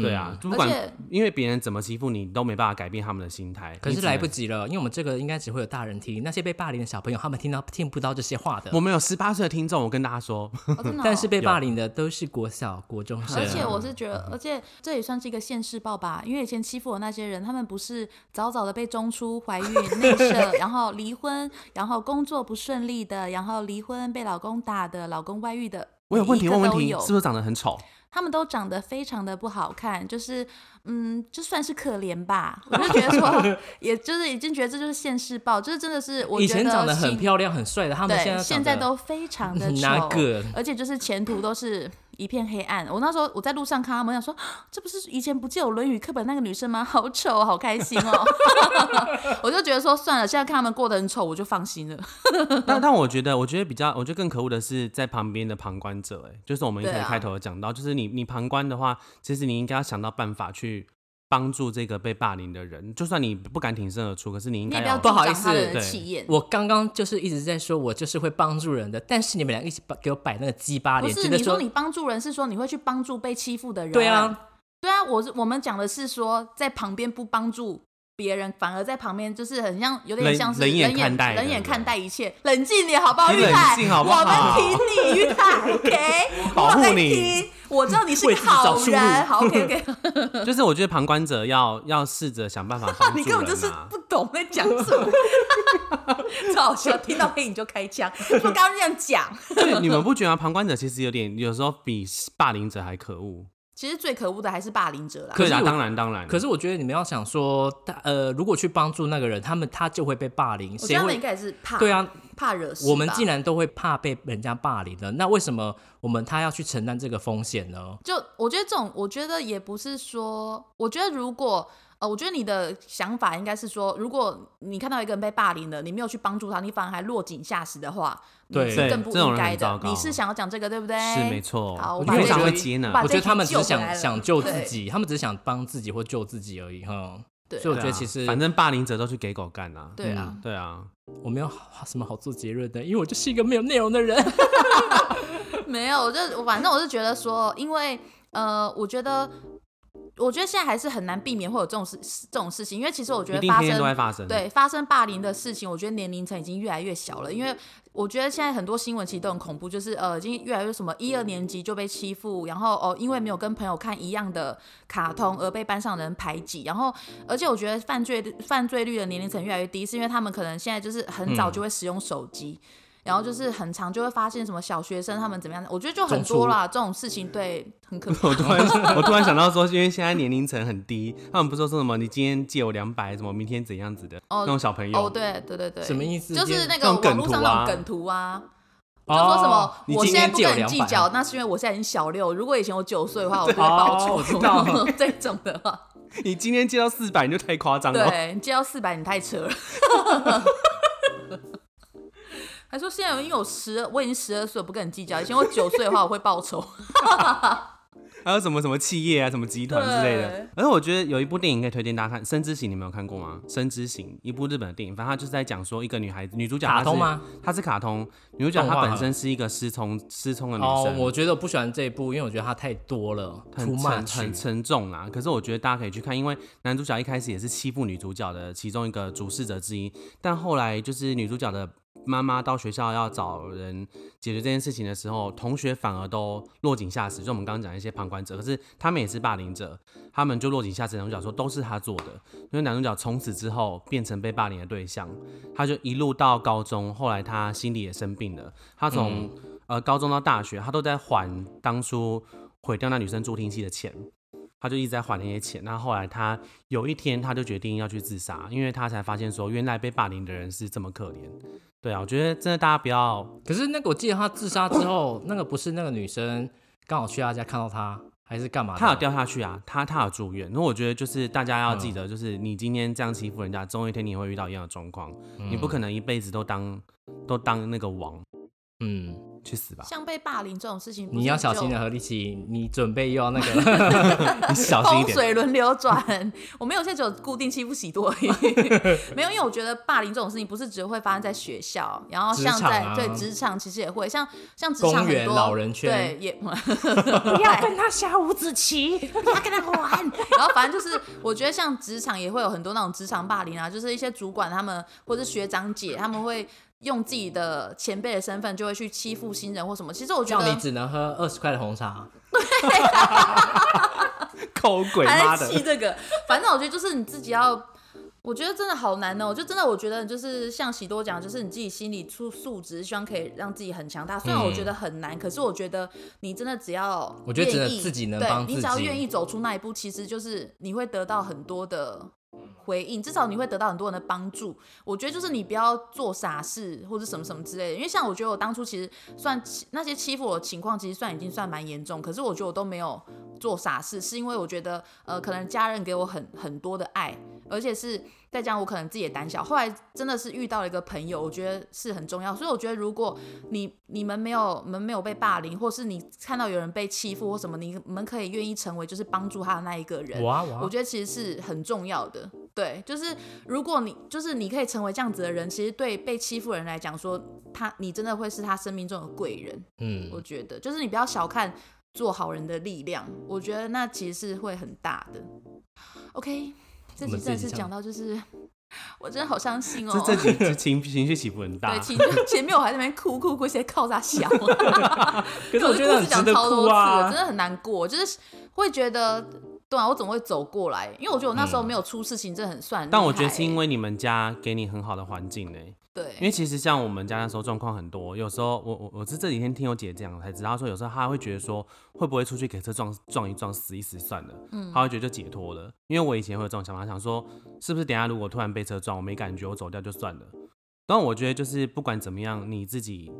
S1: 对啊，
S2: 嗯
S1: 就
S3: 而
S1: 不管
S3: 且
S1: 因为别人怎么欺负你，你都没办法改变他们的心态。
S2: 可
S1: 你
S2: 是
S1: 只能
S2: 来不。及了，因为我们这个应该只会有大人听，那些被霸凌的小朋友，他们听到听不到这些话的
S1: 我。们有十八岁的听众，我跟大家说，
S3: 哦真的哦
S2: 但是被霸凌的都是国小、国中生，
S3: 而且我是觉得，而且这也算是一个现世报吧，因为以前欺负我那些人，他们不是早早的被中出、怀孕、 内射，然后离婚，然后工作不顺利的，然后离婚被老公打的，老公外遇的，
S1: 我有问题
S3: 每一
S1: 问
S3: 个
S1: 问
S3: 都
S1: 题，
S3: 有
S1: 是不是长得 很丑？
S3: 他们都长得非常的不好看，就是嗯，就算是可怜吧，我就觉 得说，也就是已经觉得这就是现世报，就是真的是我
S2: 以
S3: 觉
S2: 前长得很
S3: 新
S2: 漂亮、很帅的，他们现
S3: 对，
S2: 在
S3: 现
S2: 现
S3: 在都非常的
S2: 哪
S3: 丑
S2: 个，
S3: 而且就是前途都是一片黑暗。我那时候我在路上看他们，我想说啊这不是以前不借我《论语》课本那个女生吗？好丑，好开心哦！我就觉得说算了，现在看他们过得很丑，我就放心了。
S1: 但但我觉得，我觉得比较，我觉得更可恶的是在旁边的旁观者、欸，哎，就是我们一开
S3: 对
S1: 始
S3: 啊
S1: 开头有讲到，就是你你旁观的话，其实你应该要想到办法去帮助这个被霸凌的人，就算你不敢挺身而出，可是你应
S3: 你也
S1: 该
S3: 不要
S1: 要
S2: 哦不好
S3: 助
S2: 意
S3: 长他人
S1: 思
S3: 的
S1: 对
S3: 气焰。
S2: 我刚刚就是一直在说，我就是会帮助人的，但是你们俩一起把给我摆那个鸡巴
S3: 不
S2: 脸，
S3: 是
S2: 觉得
S3: 你说你帮助人，是说你会去帮助被欺负的人。
S2: 对，啊，
S3: 对啊，我是我们讲的是说在旁边不帮助。别人反而在旁边，就是很像，有点
S1: 冷
S3: 像是
S1: 冷眼
S3: 眼
S1: 看待
S3: 冷
S1: 人
S3: 眼
S1: 对
S3: 看待一切，冷静点好不好，
S1: 你
S3: 玉
S1: 冷
S3: 泰？
S1: 静好不
S3: 我们
S1: 好
S3: 挺你，玉 泰，OK？
S1: 保护
S3: 我在
S1: 你
S3: 听，我知道你是
S2: 为
S3: 个
S2: 自己找
S3: 好
S2: 出路
S3: 人，好，OK OK。
S1: 就是我觉得旁观者要要试着想办法 帮助人、啊。
S3: 你根本就是不懂在讲什么， 超好笑，听到黑影就开枪，不刚刚这样讲。
S1: 对，你们不觉得吗旁观者其实有点有时候比霸凌者还可恶？
S3: 其实最可恶的还是霸凌者啦。
S2: 可
S1: 对
S2: 是
S1: 啊，
S2: 我
S1: 当然当然。
S2: 可是我觉得你们要想说，大呃，如果去帮助那个人，他们他就会被霸凌，
S3: 我
S2: 谁
S3: 觉得他们应
S2: 会？
S3: 该也是怕，
S2: 对，啊，
S3: 怕惹事吧。
S2: 我们既然都会怕被人家霸凌的，那为什么我们他要去承担这个风险呢？
S3: 就我觉得这种，我觉得也不是说，我觉得如果呃，我觉得你的想法应该是说，如果你看到一个人被霸凌了，你没有去帮助他，你反而还落井下石的话，你
S2: 对
S3: 是更不
S1: 对这种
S3: 应
S1: 人
S3: 该
S1: 很糟
S3: 的。
S1: 糕
S3: 你是想要讲这个对不对？
S1: 是没。错，
S3: 哎好
S1: 我
S3: 我
S1: 觉
S3: 把
S1: 得
S2: 这
S1: 这样
S2: 个
S1: 会接纳
S3: 把
S2: 我觉得他们只是
S3: 把这一
S2: 想
S3: 题
S2: 想救
S3: 救回来
S2: 自
S3: 了
S2: 己，他们只是想帮自己或救自己而已，哈。
S3: 对啊
S2: 所以我
S1: 对
S2: 觉得
S1: 啊
S2: 其实
S1: 反正霸凌者都去给狗干啊。
S3: 对啊，
S1: 对啊，
S2: 我没有好什么好做结论的，因为我就是一个没有内容的人。
S1: 嗯
S3: 没有，我就我反正我是觉得说，因为呃，我觉得。我觉得现在还是很难避免会有这种事这种事情，因为其实我觉
S1: 一
S3: 得
S1: 定
S3: 发
S1: 天天
S3: 生
S1: 都在发生。
S3: 对，发生霸凌的事情，我觉得年龄层已经越来越小了，因为我觉得现在很多新闻其实都很恐怖，就是呃，已经越来越什么一二年级就被欺负，然后哦，因为没有跟朋友看一样的卡通而被班上的人排挤，然后而且我觉得犯罪犯罪率的年龄层越来越低，是因为他们可能现在就是很早就会使用手机。然后就是很常就会发现什么小学生他们怎么样，我觉得就很
S2: 中
S3: 多
S2: 出
S3: 啦，这种事情对很可怕。
S1: 我突 然我突然想到说，因为现在年龄层很低，他们不是说说什么你今天借我两百，什么明天怎样子的、那种小朋友。
S3: 哦，对对对对，
S2: 什么意思
S3: 就是那
S1: 那
S3: 个
S1: 种梗
S3: 网络
S1: 图
S3: 上那
S1: 啊
S3: 种梗图啊，
S2: 就
S3: 就说什么、
S2: 哦你
S3: 我
S2: 今
S3: 现在
S2: 天
S3: 不
S2: 借我
S3: 跟你
S2: 两
S3: 计
S2: 百，
S3: 较，那是因为我现在已经小六，如果以前我九岁的话，我就会报
S2: 哦
S3: 仇。
S2: 我知道 哦
S3: 这种的话，
S1: 你今天借到四百，你就太夸张了。
S3: 对你借到四百，你太扯了。 还说现在因为我十，我已经十二岁，我不跟你计较。以前我九岁的话，我会报仇。
S1: 还有什么什么企业啊，什么集团之类的
S3: 对。
S1: 而且我觉得有一部电影可以推荐大家看，《深之行》，你们有看过吗？《深之行》一部日本的电影，反正它就是在讲说一个女孩子，女主角
S2: 卡
S1: 她是
S2: 通吗？
S1: 她是卡通，女主角
S2: 动
S1: 她
S2: 画
S1: 本身是一个失聪失聪的女
S2: 哦，我
S1: 生。
S2: 觉得我不喜欢这一部，因为我觉得它太多了，too
S1: 很沉很
S2: much。
S1: 沉重啦，可是我觉得大家可以去看，因为男主角一开始也是欺负女主角的其中一个主事者之一，但后来就是女主角的妈妈到学校要找人解决这件事情的时候，同学反而都落井下石，就我们刚刚讲的一些旁观者，可是他们也是霸凌者，他们就落井下石。男主角说都是他做的，因为男主角从此之后变成被霸凌的对象，他就一路到高中，后来他心里也生病了，他从、呃高中到大学，他都在还当初毁掉那女生助听器的钱。他就一直在还那些钱，那后来他有一天他就决定要去自杀，因为他才发现说原来被霸凌的人是这么可怜。对啊，我觉得真的大家不要
S2: 可是那个我记得他自杀之后，那个不是那个女生刚好去他家看到他，还是干嘛的？
S1: 他有掉下去啊，他他有住院。那我觉得就是大家要记得，就是你今天这样欺负人嗯家，总有一天你也会遇到一样的状况，你不可能一辈子都当都当那个王。
S2: 嗯，
S1: 去死吧！
S3: 像被霸凌这种事情，
S2: 你要小心
S3: 的
S2: 的，何立奇，你准备又要那个了。
S1: 你 小心一
S3: 风
S1: 点。
S3: 水轮流转，我没有现在只有固定欺负喜多而已， 没有，因为我觉得霸凌这种事情不是只会发生在学校，然后像
S2: 职场
S3: 在
S2: 啊
S3: 对职场其实也会，像像职场
S2: 公园
S3: 很多
S2: 老人圈
S3: 对也
S4: 不要跟他下五子 棋。
S3: 不要跟他玩。然后反正就是，我觉得像职场也会有很多那种职场霸凌啊，就是一些主管他们或是学长姐他们会用自己的前辈的身份就会去欺负新人或什么。其实我觉
S2: 叫你
S3: 得
S2: 只能喝二十块的红茶，
S1: 抠鬼妈
S3: 还在
S1: 的，
S3: 气这个，反正我觉得就是你自己要。我觉得真的好难哦！就真的，我觉得就是像喜多讲，就是你自己心理素素质，希望可以让自己很强大。虽然我觉得很难，可是我觉得你真的只要
S2: 嗯我觉得只
S3: 愿
S2: 能
S3: 意
S2: 自己能
S3: 对
S2: 帮
S3: 你
S2: 自
S3: 只要
S2: 己
S3: 愿意走出那一步，其实就是你会得到很多的回应，至少你会得到很多人的帮助。我觉得就是你不要做傻事或者什么什么之类的，因为像我觉得我当初其实算欺那些欺负我的情况，其实算已经算蛮严重，可是我觉得我都没有做傻事，是因为我觉得呃，可能家人给我很很多的爱，而且是再加上我可能自己也胆小，后来真的是遇到了一个朋友，我觉得是很重要，所以我觉得如果你你们没有你们没有被霸凌，或是你看到有人被欺负或什么，你们可以愿意成为就是帮助他的那一个人，
S2: 哇哇
S3: 我！觉得其实是很重要的。对，就是如果你就是你可以成为这样子的人，其实对被欺负的人来讲说，他你真的会是他生命中的贵人。
S2: 嗯，
S3: 我觉得，就是你不要小看做好人的力量，我觉得那其实是会很大的。OK，这
S2: 我
S3: 集
S2: 们
S3: 真的
S2: 这集
S3: 是
S2: 讲
S3: 讲到就是，我真的好伤心哦。
S1: 这这几这情情绪起伏很大
S3: 对，。前前面我还在那边哭哭哭，谁靠 他笑？
S2: 可是我觉得很值
S3: 讲
S2: 得
S3: 超多
S2: 哭
S3: 次
S2: 啊
S3: 了，真。的很难过，就是会觉得，对啊，我怎么会走过来？因为我觉得我那
S2: 嗯
S3: 时候没有出事情，真的很算、
S1: 但我觉得是因
S3: 为
S1: 为你们家给你很好的环境呢、因
S3: 对，
S1: 为其实像我们家那时候状况很多，有时候我我我是这几天听我姐讲才知道，她说有时候她会觉得说会不会出去给车撞撞一撞死一死算了，嗯，她会觉得就解脱了。因为我以前会有这种想法，想说是不是等一下如果突然被车撞，我没感觉，我走掉就算了。但我觉得就是不管怎么样，你自己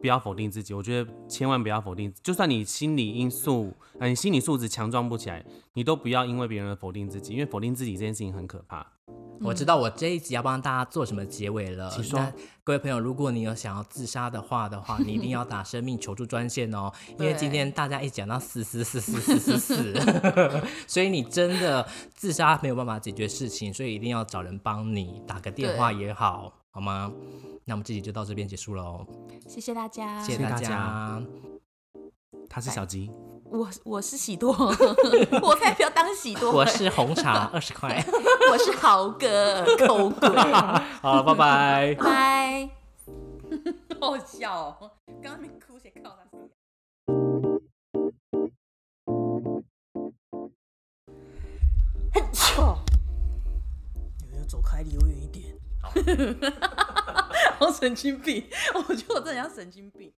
S1: 不要否定自己，我觉得千万不要否定，就算你心理因素，呃，你心理素质强壮不起来，你都不要因为别人而否定自己，因为否定自己这件事情很可怕。
S2: 我知道我这一集要帮大家做什么结尾了。
S1: 请说
S2: 那各位朋友，如果你有想要自杀的话的话，你一定要打生命求助专线 哦，因为今天大家一讲到死死死死死死死， 所以你真的自杀没有办法解决事情，所以一定要找人帮你，打个电话也好，好吗？那我们这集就到这边结束喽，
S3: 谢谢大家，
S2: 谢
S1: 谢
S2: 大
S1: 大家
S2: 家。
S1: 他是小吉，
S3: 我我是喜多， 我才不要当喜多，欸
S2: 我是红茶二十块，
S3: 我是豪哥，抠鬼，
S2: 好，拜拜。
S3: 拜， 好笑哦，刚刚没哭，谁靠他笑？
S4: 操！你们要走开，离我 远一点。
S3: 好神经病，我觉得我真的像神经病。